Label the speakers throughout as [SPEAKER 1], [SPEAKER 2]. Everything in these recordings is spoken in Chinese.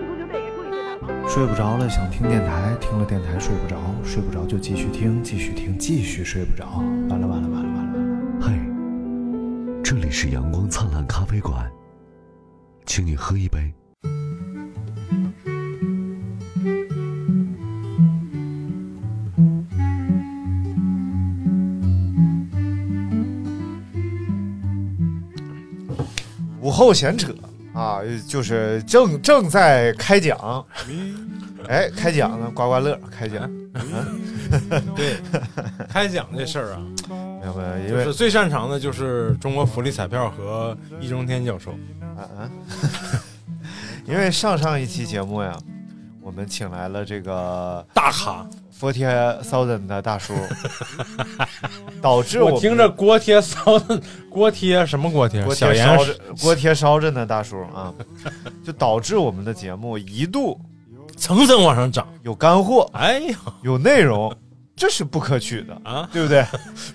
[SPEAKER 1] 足球队也注意对他。
[SPEAKER 2] 睡不着了，想听电台，听了电台睡不着，睡不着就继续听，继续听，继续睡不着，完了完了完了完了完了。
[SPEAKER 3] 嗨，这里是阳光灿烂咖啡馆，请你喝一杯。
[SPEAKER 4] 午后闲扯啊，就是正正在开讲，哎，开讲呢，刮刮乐开讲，
[SPEAKER 5] 对，开奖这事儿啊，
[SPEAKER 4] 没有没有，因
[SPEAKER 5] 就
[SPEAKER 4] 为
[SPEAKER 5] 是最擅长的就是中国福利彩票和易中天教授。
[SPEAKER 4] 啊啊，因为上上一期节目呀，我们请来了这个
[SPEAKER 5] 大咖，
[SPEAKER 4] Forty Thousand 的大 叔，导致
[SPEAKER 5] 我
[SPEAKER 4] 我
[SPEAKER 5] 听着锅贴烧的锅贴什么锅贴？
[SPEAKER 4] 锅
[SPEAKER 5] 小
[SPEAKER 4] 贴
[SPEAKER 5] 严
[SPEAKER 4] 烧着锅贴烧着呢，大叔啊，就导致我们的节目一度
[SPEAKER 5] 层层往上涨。
[SPEAKER 4] 有干货，
[SPEAKER 5] 哎呀
[SPEAKER 4] 有内容，这是不可取的，
[SPEAKER 5] 啊，
[SPEAKER 4] 对不对？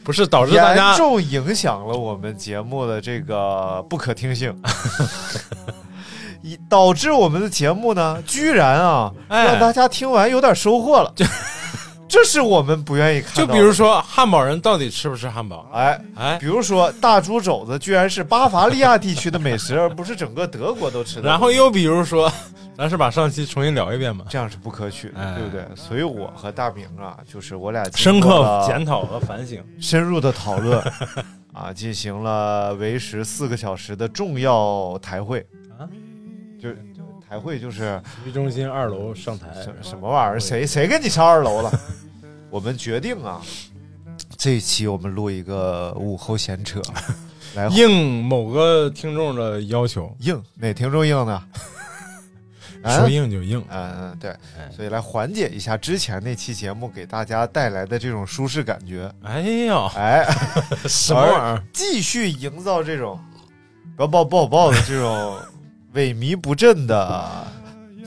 [SPEAKER 5] 不是导致大
[SPEAKER 4] 严
[SPEAKER 5] 家
[SPEAKER 4] 重影响了我们节目的这个不可听性， 以导致我们的节目呢，居然啊，
[SPEAKER 5] 哎
[SPEAKER 4] 让大家听完有点收获了，这是我们不愿意看到
[SPEAKER 5] 就
[SPEAKER 4] 的。
[SPEAKER 5] 比如，说汉堡人到底吃不吃汉堡？
[SPEAKER 4] 哎，
[SPEAKER 5] 哎
[SPEAKER 4] 比，如说大猪肘子居然是巴伐利亚地区的美食，而不是整个德国都吃的。
[SPEAKER 5] 然后又比如说， 咱是把上期重新聊一遍吧，
[SPEAKER 4] 这样是不可取的，
[SPEAKER 5] 哎
[SPEAKER 4] 对不对？所以我和大明啊，就是我俩经
[SPEAKER 5] 深
[SPEAKER 4] 过
[SPEAKER 5] 刻
[SPEAKER 4] 了
[SPEAKER 5] 检讨和反省。
[SPEAKER 4] 深入的讨论啊，进行了为时四个小时的重要台会
[SPEAKER 5] 啊，
[SPEAKER 4] 就台会就是
[SPEAKER 5] 体育中心二楼上台，
[SPEAKER 4] 什什么玩意儿？谁谁跟你上二 楼了？我们决定啊，这一期我们录一个午后闲 扯，来
[SPEAKER 5] 应某个听众的要求，
[SPEAKER 4] 硬哪听众硬 呢？啊
[SPEAKER 5] 说，应就应。
[SPEAKER 4] 嗯嗯，对，
[SPEAKER 5] 哎
[SPEAKER 4] 所以来缓解一下之前那期节目给大家带来的这种舒适感觉，
[SPEAKER 5] 哎呀，
[SPEAKER 4] 哎。
[SPEAKER 5] 什么玩意儿？
[SPEAKER 4] 继续营造这种不要抱抱抱的这种萎靡不振的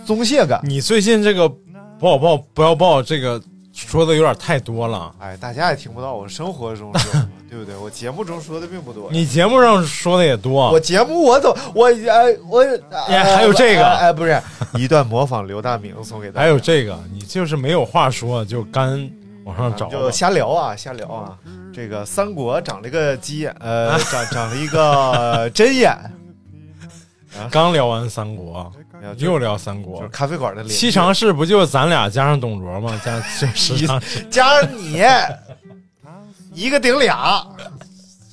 [SPEAKER 4] 松懈感。
[SPEAKER 5] 你最近这个不好报不要报这个说的有点太多了。
[SPEAKER 4] 哎，大家也听不到我生活中说，对不对？我节目中说的并不多。
[SPEAKER 5] 你节目上说的也
[SPEAKER 4] 我
[SPEAKER 5] 多，
[SPEAKER 4] 节目我怎么我哎我哎
[SPEAKER 5] 还有这个
[SPEAKER 4] 哎哎不是一段模仿刘大明送给大家，
[SPEAKER 5] 还有这个，你就是没有话说就干往上找
[SPEAKER 4] 就
[SPEAKER 5] 了。
[SPEAKER 4] 瞎聊啊瞎聊啊。这个三国长了一个鸡眼，呃，长长了一个针 眼，
[SPEAKER 5] 刚聊完三国，
[SPEAKER 4] 没有
[SPEAKER 5] 又聊三
[SPEAKER 4] 就
[SPEAKER 5] 国
[SPEAKER 4] 是。咖啡馆的脸。
[SPEAKER 5] 西长市不就咱俩加上董卓 吗？加就
[SPEAKER 4] 你
[SPEAKER 5] 十长市
[SPEAKER 4] 加上你，一个顶俩，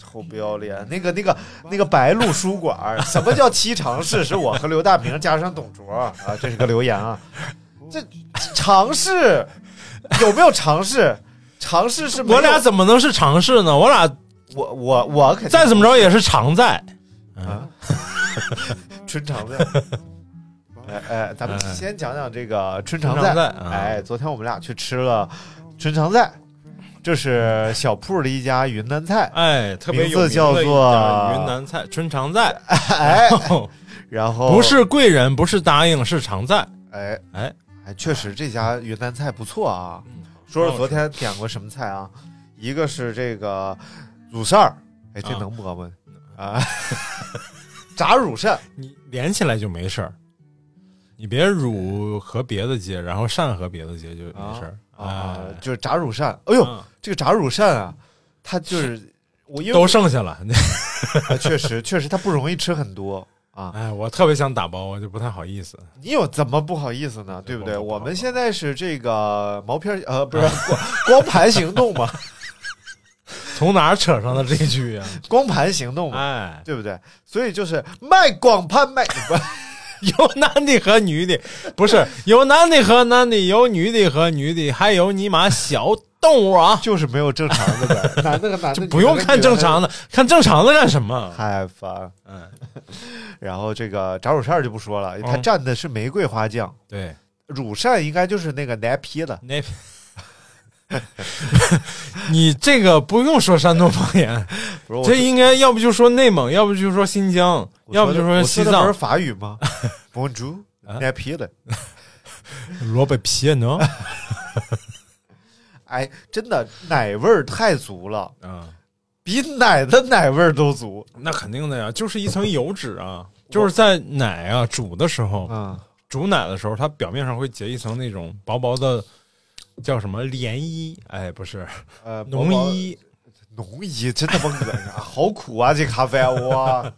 [SPEAKER 4] 臭不要脸！那个、那个、那个白鹿书馆，什么叫七常侍？是我和刘大明加上董卓啊，这是个留言啊。这尝试有没有尝试？尝试是没有
[SPEAKER 5] 我俩怎么能是常试呢？我俩
[SPEAKER 4] 我我我肯定
[SPEAKER 5] 再怎么着也是常在。
[SPEAKER 4] 啊，春常在。哎哎，咱们先讲讲这个春常在。
[SPEAKER 5] 春常在啊
[SPEAKER 4] 哎，昨天我们俩去吃了春常在，这是小铺的一家云南菜。
[SPEAKER 5] 哎，特别
[SPEAKER 4] 名
[SPEAKER 5] 有
[SPEAKER 4] 字
[SPEAKER 5] 的
[SPEAKER 4] 叫做
[SPEAKER 5] 一家云南菜春常在，
[SPEAKER 4] 哎，然后
[SPEAKER 5] 不是贵人，不是答应，是常在。
[SPEAKER 4] 哎
[SPEAKER 5] 哎，
[SPEAKER 4] 哎，确实这家云南菜不错啊。说说昨天点过什么菜啊？一个是这个乳扇儿，哎，这
[SPEAKER 5] 啊
[SPEAKER 4] 能摸吗？啊， 炸乳扇，
[SPEAKER 5] 你连起来就没事儿，你别乳和别的接，然后善和别的接就没事儿
[SPEAKER 4] 啊
[SPEAKER 5] 哎，
[SPEAKER 4] 就是炸乳扇。哎呦，
[SPEAKER 5] 嗯
[SPEAKER 4] 这个炸乳扇啊，它就是我因为
[SPEAKER 5] 都剩下了。
[SPEAKER 4] 啊确实确实它不容易吃很多啊。
[SPEAKER 5] 哎，我特别想打包，我就不太好意思。
[SPEAKER 4] 你有怎么不好意思呢？对不对？
[SPEAKER 5] 不不不
[SPEAKER 4] 我们现在是这个毛片儿呃，不是光光盘行动嘛，
[SPEAKER 5] 从哪儿扯上的这句呀、
[SPEAKER 4] 光盘行动嘛，
[SPEAKER 5] 哎，
[SPEAKER 4] 对不对？所以就是卖光盘卖不
[SPEAKER 5] 有男的和女的，不是有男的和男的，有女的和女的，还有你妈小动物啊！
[SPEAKER 4] 就是没有正常的呗，男的和 男的
[SPEAKER 5] 不用看正常
[SPEAKER 4] 的，
[SPEAKER 5] 的，看正常的干什么？
[SPEAKER 4] 太烦。
[SPEAKER 5] 嗯，
[SPEAKER 4] 然后这个炸乳扇儿就不说了，它
[SPEAKER 5] 嗯
[SPEAKER 4] 蘸的是玫瑰花酱，
[SPEAKER 5] 对，
[SPEAKER 4] 乳扇应该就是那个奶皮的，
[SPEAKER 5] 那 你这个不用说山东方言，
[SPEAKER 4] 不是我
[SPEAKER 5] 这
[SPEAKER 4] 说
[SPEAKER 5] 应该要不就说内蒙，要不就说新疆，
[SPEAKER 4] 我
[SPEAKER 5] 要不就
[SPEAKER 4] 的我
[SPEAKER 5] 西
[SPEAKER 4] 的不是
[SPEAKER 5] 藏。啊
[SPEAKER 4] 法语 吗？Bonjour，那皮了。
[SPEAKER 5] 罗贝皮呢？
[SPEAKER 4] 哎，真的奶味儿太足了，
[SPEAKER 5] 啊，
[SPEAKER 4] 比奶的奶味儿都足
[SPEAKER 5] 那肯定的呀，就是一层油脂啊，就是在奶啊煮的时候，
[SPEAKER 4] 啊！
[SPEAKER 5] 煮奶的时候，它表面上会结一层那种薄薄的叫什么涟漪？哎，不是
[SPEAKER 4] 呃，
[SPEAKER 5] 浓
[SPEAKER 4] 薄薄
[SPEAKER 5] 衣，
[SPEAKER 4] 浓姨真他妈恶心啊！好苦啊，这咖啡啊， 哇！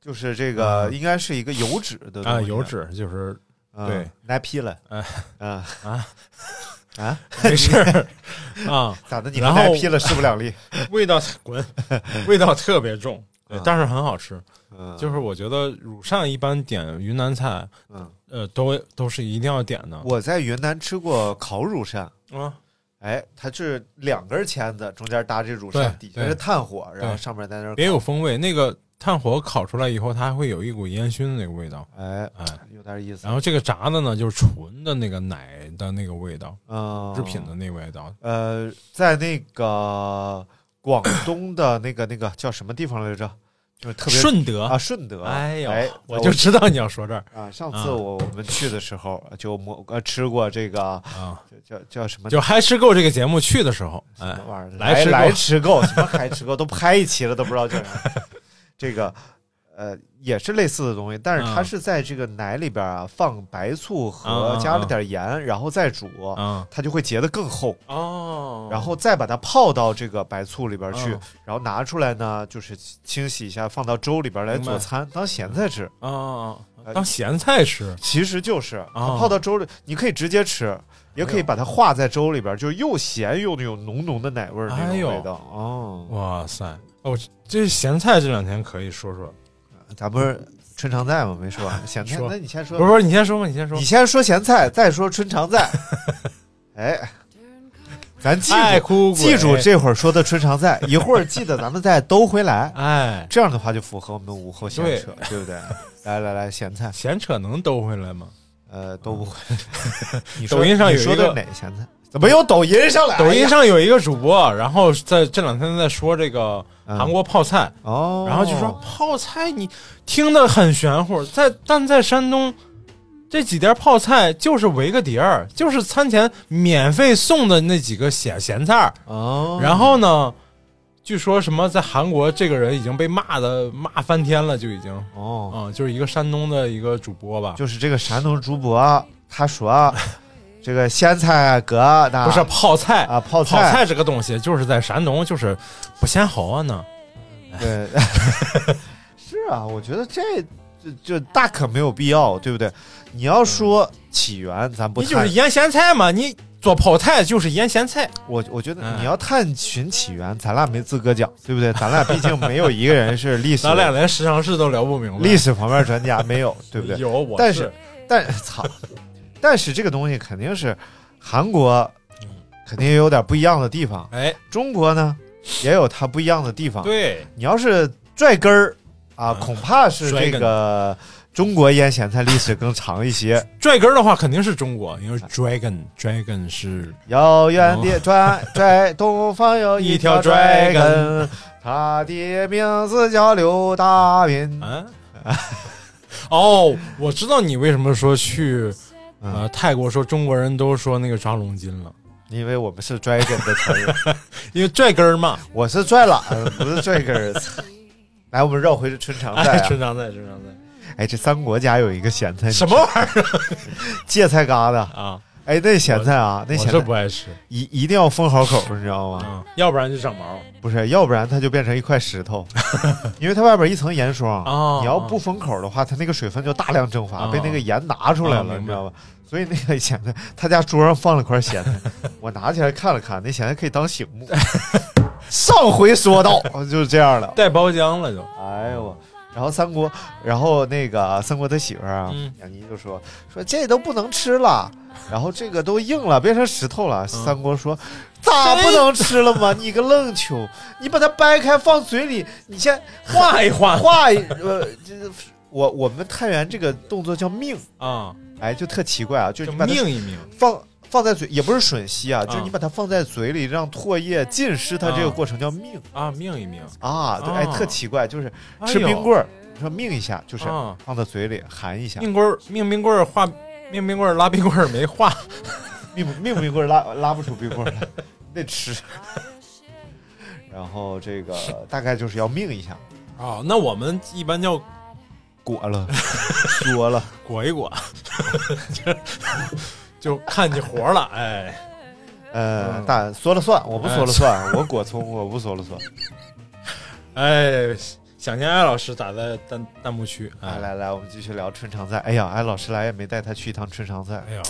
[SPEAKER 4] 就是这个，应该是一个油脂的
[SPEAKER 5] 嗯啊，
[SPEAKER 4] 东西
[SPEAKER 5] 油，脂就是
[SPEAKER 4] 嗯
[SPEAKER 5] 对，
[SPEAKER 4] 奶批了，
[SPEAKER 5] 哎
[SPEAKER 4] 啊
[SPEAKER 5] 啊
[SPEAKER 4] 啊！
[SPEAKER 5] 没事 儿啊，
[SPEAKER 4] 咋的？你
[SPEAKER 5] 然
[SPEAKER 4] 们
[SPEAKER 5] 后
[SPEAKER 4] 奶批了势不两 立，
[SPEAKER 5] 味道滚，味道特别重，对
[SPEAKER 4] 啊
[SPEAKER 5] 但是很好吃。
[SPEAKER 4] 嗯
[SPEAKER 5] 就是我觉得乳扇一般点云南菜，
[SPEAKER 4] 嗯，
[SPEAKER 5] 呃，都都是一定要点的。
[SPEAKER 4] 我在云南吃过烤乳扇，
[SPEAKER 5] 啊，
[SPEAKER 4] 哎，它是两根签子，中间搭这乳扇，
[SPEAKER 5] 对
[SPEAKER 4] 底下是
[SPEAKER 5] 对
[SPEAKER 4] 炭火，然后
[SPEAKER 5] 对
[SPEAKER 4] 上面在那儿
[SPEAKER 5] 别有风味。那个炭火烤出来以后，它还会有一股烟熏的那个味道，
[SPEAKER 4] 哎，
[SPEAKER 5] 哎。
[SPEAKER 4] 有点意思
[SPEAKER 5] 然。后这个炸的呢，就是纯的那个奶的那个味道，
[SPEAKER 4] 嗯，
[SPEAKER 5] 制品的那个味道。
[SPEAKER 4] 呃，在那个广东的那个那个叫什么地方来着？就是特别
[SPEAKER 5] 顺德，
[SPEAKER 4] 啊，顺德。
[SPEAKER 5] 哎呦，
[SPEAKER 4] 哎，
[SPEAKER 5] 我就嗯知道你要说这儿
[SPEAKER 4] 啊，上次我我们去的时候就摸呃吃过这个
[SPEAKER 5] 啊，
[SPEAKER 4] 叫叫叫什么
[SPEAKER 5] 就嗨吃够这个节目去的时候，
[SPEAKER 4] 什
[SPEAKER 5] 哎
[SPEAKER 4] 么，哦玩意儿？
[SPEAKER 5] 来
[SPEAKER 4] 来
[SPEAKER 5] 吃够
[SPEAKER 4] 来吃够，什么还吃够？都拍一期了，都不知道叫啥。这个呃也是类似的东西，但是它
[SPEAKER 5] 嗯
[SPEAKER 4] 是在这个奶里边啊放白醋
[SPEAKER 5] 嗯
[SPEAKER 4] 和
[SPEAKER 5] 嗯
[SPEAKER 4] 加了
[SPEAKER 5] 嗯
[SPEAKER 4] 点盐，然后再煮，
[SPEAKER 5] 啊
[SPEAKER 4] 它就会结得更厚。
[SPEAKER 5] 哦
[SPEAKER 4] 然后再把它泡到这个白醋里边去，
[SPEAKER 5] 嗯
[SPEAKER 4] 然后拿出来呢，就是清洗一下，放到粥里边来
[SPEAKER 5] 明白
[SPEAKER 4] 佐餐，当咸菜吃。
[SPEAKER 5] 哦，当咸菜吃，
[SPEAKER 4] 其实就是
[SPEAKER 5] 啊
[SPEAKER 4] 它泡到粥里，你可以直接吃，
[SPEAKER 5] 哎
[SPEAKER 4] 也可以把它化在粥里边，就是又咸又有浓浓的奶味儿那
[SPEAKER 5] 哎呦
[SPEAKER 4] 种味道。哦，
[SPEAKER 5] 哇塞，哦，这咸菜这两天可以说说，
[SPEAKER 4] 咱不是春常在吗？没 说完咸菜
[SPEAKER 5] 说，
[SPEAKER 4] 那你先说，
[SPEAKER 5] 不是不是，你先说吧，你先说
[SPEAKER 4] 你，先说咸菜，再说春常 在。哎，咱记
[SPEAKER 5] 爱
[SPEAKER 4] 住
[SPEAKER 5] 哭鬼
[SPEAKER 4] 记住，这会儿说的春常在，一会儿记得咱们再兜回来。
[SPEAKER 5] 哎，
[SPEAKER 4] 这样的话就符合我们午后闲
[SPEAKER 5] 对
[SPEAKER 4] 扯，对不对？来来来，咸菜，
[SPEAKER 5] 闲扯能兜回来吗？
[SPEAKER 4] 呃，都不会。 你
[SPEAKER 5] 抖音上有
[SPEAKER 4] 你说
[SPEAKER 5] 一个
[SPEAKER 4] 的哪个咸菜？怎么又抖音上来？
[SPEAKER 5] 抖音上有一个主播，然后在这两天在说这个
[SPEAKER 4] 嗯
[SPEAKER 5] 韩国泡菜，
[SPEAKER 4] 哦，
[SPEAKER 5] 然后就说泡菜你听得很玄乎，在但在山东。这几碟泡菜就是围个碟儿，就是餐前免费送的那几个咸咸菜儿。
[SPEAKER 4] 哦，
[SPEAKER 5] 然后呢，据说什么在韩国这个人已经被骂的骂翻天了，就已经
[SPEAKER 4] 哦，
[SPEAKER 5] 啊、就是一个山东的一个主播吧，
[SPEAKER 4] 就是这个山东主播他说，这个咸菜哥那
[SPEAKER 5] 不是泡菜
[SPEAKER 4] 啊泡
[SPEAKER 5] 泡
[SPEAKER 4] 菜
[SPEAKER 5] 菜这个东西就是在山东就是不嫌好啊呢。
[SPEAKER 4] 对， 是啊，我觉得这这这大可没有必要，对不对？你要说起源，咱不
[SPEAKER 5] 你就是
[SPEAKER 4] 探
[SPEAKER 5] 腌咸菜嘛，你做泡菜就是腌咸菜，
[SPEAKER 4] 我我觉得
[SPEAKER 5] 嗯
[SPEAKER 4] 你要探寻起源，咱俩没资格讲，对 不对？咱俩毕竟没有一个人是历史
[SPEAKER 5] 咱俩连时常事都聊不明白。
[SPEAKER 4] 历史方面专家，没有，对不对？
[SPEAKER 5] 有我，
[SPEAKER 4] 但是但操，但是这个东西肯定是韩国
[SPEAKER 5] 嗯
[SPEAKER 4] 肯定也有点不一样的地方，
[SPEAKER 5] 哎，
[SPEAKER 4] 中国呢也有它不一样的地方。
[SPEAKER 5] 对，
[SPEAKER 4] 你要是拽根儿啊，恐怕是
[SPEAKER 5] 拽
[SPEAKER 4] 这
[SPEAKER 5] 根
[SPEAKER 4] 个中国腌咸菜历史更长一些。
[SPEAKER 5] 拽根儿的话肯定是中国，因为
[SPEAKER 4] 啊
[SPEAKER 5] dragon dragon 是哦
[SPEAKER 4] 遥远的拽拽，东方有一条拽根，它的名字叫刘大民。
[SPEAKER 5] 啊。哦，我知道你为什么说去
[SPEAKER 4] 嗯
[SPEAKER 5] 呃泰国说中国人都说那个抓龙筋了，
[SPEAKER 4] 因为我们是拽根的词儿，
[SPEAKER 5] 因为拽根儿嘛。
[SPEAKER 4] 我是拽喇，不是拽根儿。 来，我们绕回春常在、
[SPEAKER 5] 哎，
[SPEAKER 4] 啊。
[SPEAKER 5] 春常在，春常在，
[SPEAKER 4] 哎，这三国家有一个咸菜，
[SPEAKER 5] 什么玩意
[SPEAKER 4] 芥菜疙瘩
[SPEAKER 5] 儿？啊？
[SPEAKER 4] 哎，那咸菜啊，那
[SPEAKER 5] 我
[SPEAKER 4] 咸
[SPEAKER 5] 是
[SPEAKER 4] 菜
[SPEAKER 5] 不爱吃
[SPEAKER 4] 一一定要封好口，你知道吗？
[SPEAKER 5] 啊，要不然就长毛。
[SPEAKER 4] 不是，要不然它就变成一块石 头，因为它外边一层盐霜。
[SPEAKER 5] 哦
[SPEAKER 4] 你要不封口的话，它那个水分就大量蒸发，
[SPEAKER 5] 哦
[SPEAKER 4] 被那个盐拿出来
[SPEAKER 5] 哦明
[SPEAKER 4] 了，
[SPEAKER 5] 白
[SPEAKER 4] 你知道吧？所以那个咸菜，他家桌上放了块咸菜，我拿起来看了看，那咸菜可以当醒目。上回说到 就是这样的，
[SPEAKER 5] 带包浆 了就。
[SPEAKER 4] 哎呦我。然后三国，然后那个三国他媳妇儿啊
[SPEAKER 5] 嗯，
[SPEAKER 4] 杨妮就说说这都不能吃了，然后这个都硬了，变成石头了。
[SPEAKER 5] 嗯
[SPEAKER 4] 三国说咋不能吃了 吗？你个愣球，你把它掰开放嘴里，你先
[SPEAKER 5] 画一画
[SPEAKER 4] 画一 呃，这我我们太原这个动作叫命，
[SPEAKER 5] 啊，
[SPEAKER 4] 哎，就特奇怪啊，就是
[SPEAKER 5] 就
[SPEAKER 4] 你把它
[SPEAKER 5] 命一命
[SPEAKER 4] 放放在嘴也不是吮吸啊，就是
[SPEAKER 5] 啊
[SPEAKER 4] 你把它放在嘴里，让唾液浸湿
[SPEAKER 5] 嗯
[SPEAKER 4] 它，这个过程叫命
[SPEAKER 5] 啊，命一 命，
[SPEAKER 4] 啊。对，哎，
[SPEAKER 5] 啊
[SPEAKER 4] 特奇怪，就是
[SPEAKER 5] 哎
[SPEAKER 4] 吃
[SPEAKER 5] 呦
[SPEAKER 4] 冰棍儿，说命一下，就是
[SPEAKER 5] 啊
[SPEAKER 4] 放到嘴里含一下，
[SPEAKER 5] 命棍儿命冰棍儿画命冰棍儿拉冰棍儿没画，
[SPEAKER 4] 命命冰棍儿 拉拉不出冰棍儿来，你得吃。 然后这 个大概就是要命一下，
[SPEAKER 5] 哦，那我们一般叫
[SPEAKER 4] 裹了， 说了。
[SPEAKER 5] 裹一 裹，就就看起活儿了，哎，
[SPEAKER 4] 呃，但说了算，我不说了算，我果葱，我不说了算。
[SPEAKER 5] 哎，想念艾老师打在弹弹幕区，
[SPEAKER 4] 来
[SPEAKER 5] 哎，
[SPEAKER 4] 来来，我们继续聊春常在。哎呀，艾老师来也没带他去一趟春常在
[SPEAKER 5] 哎，呦，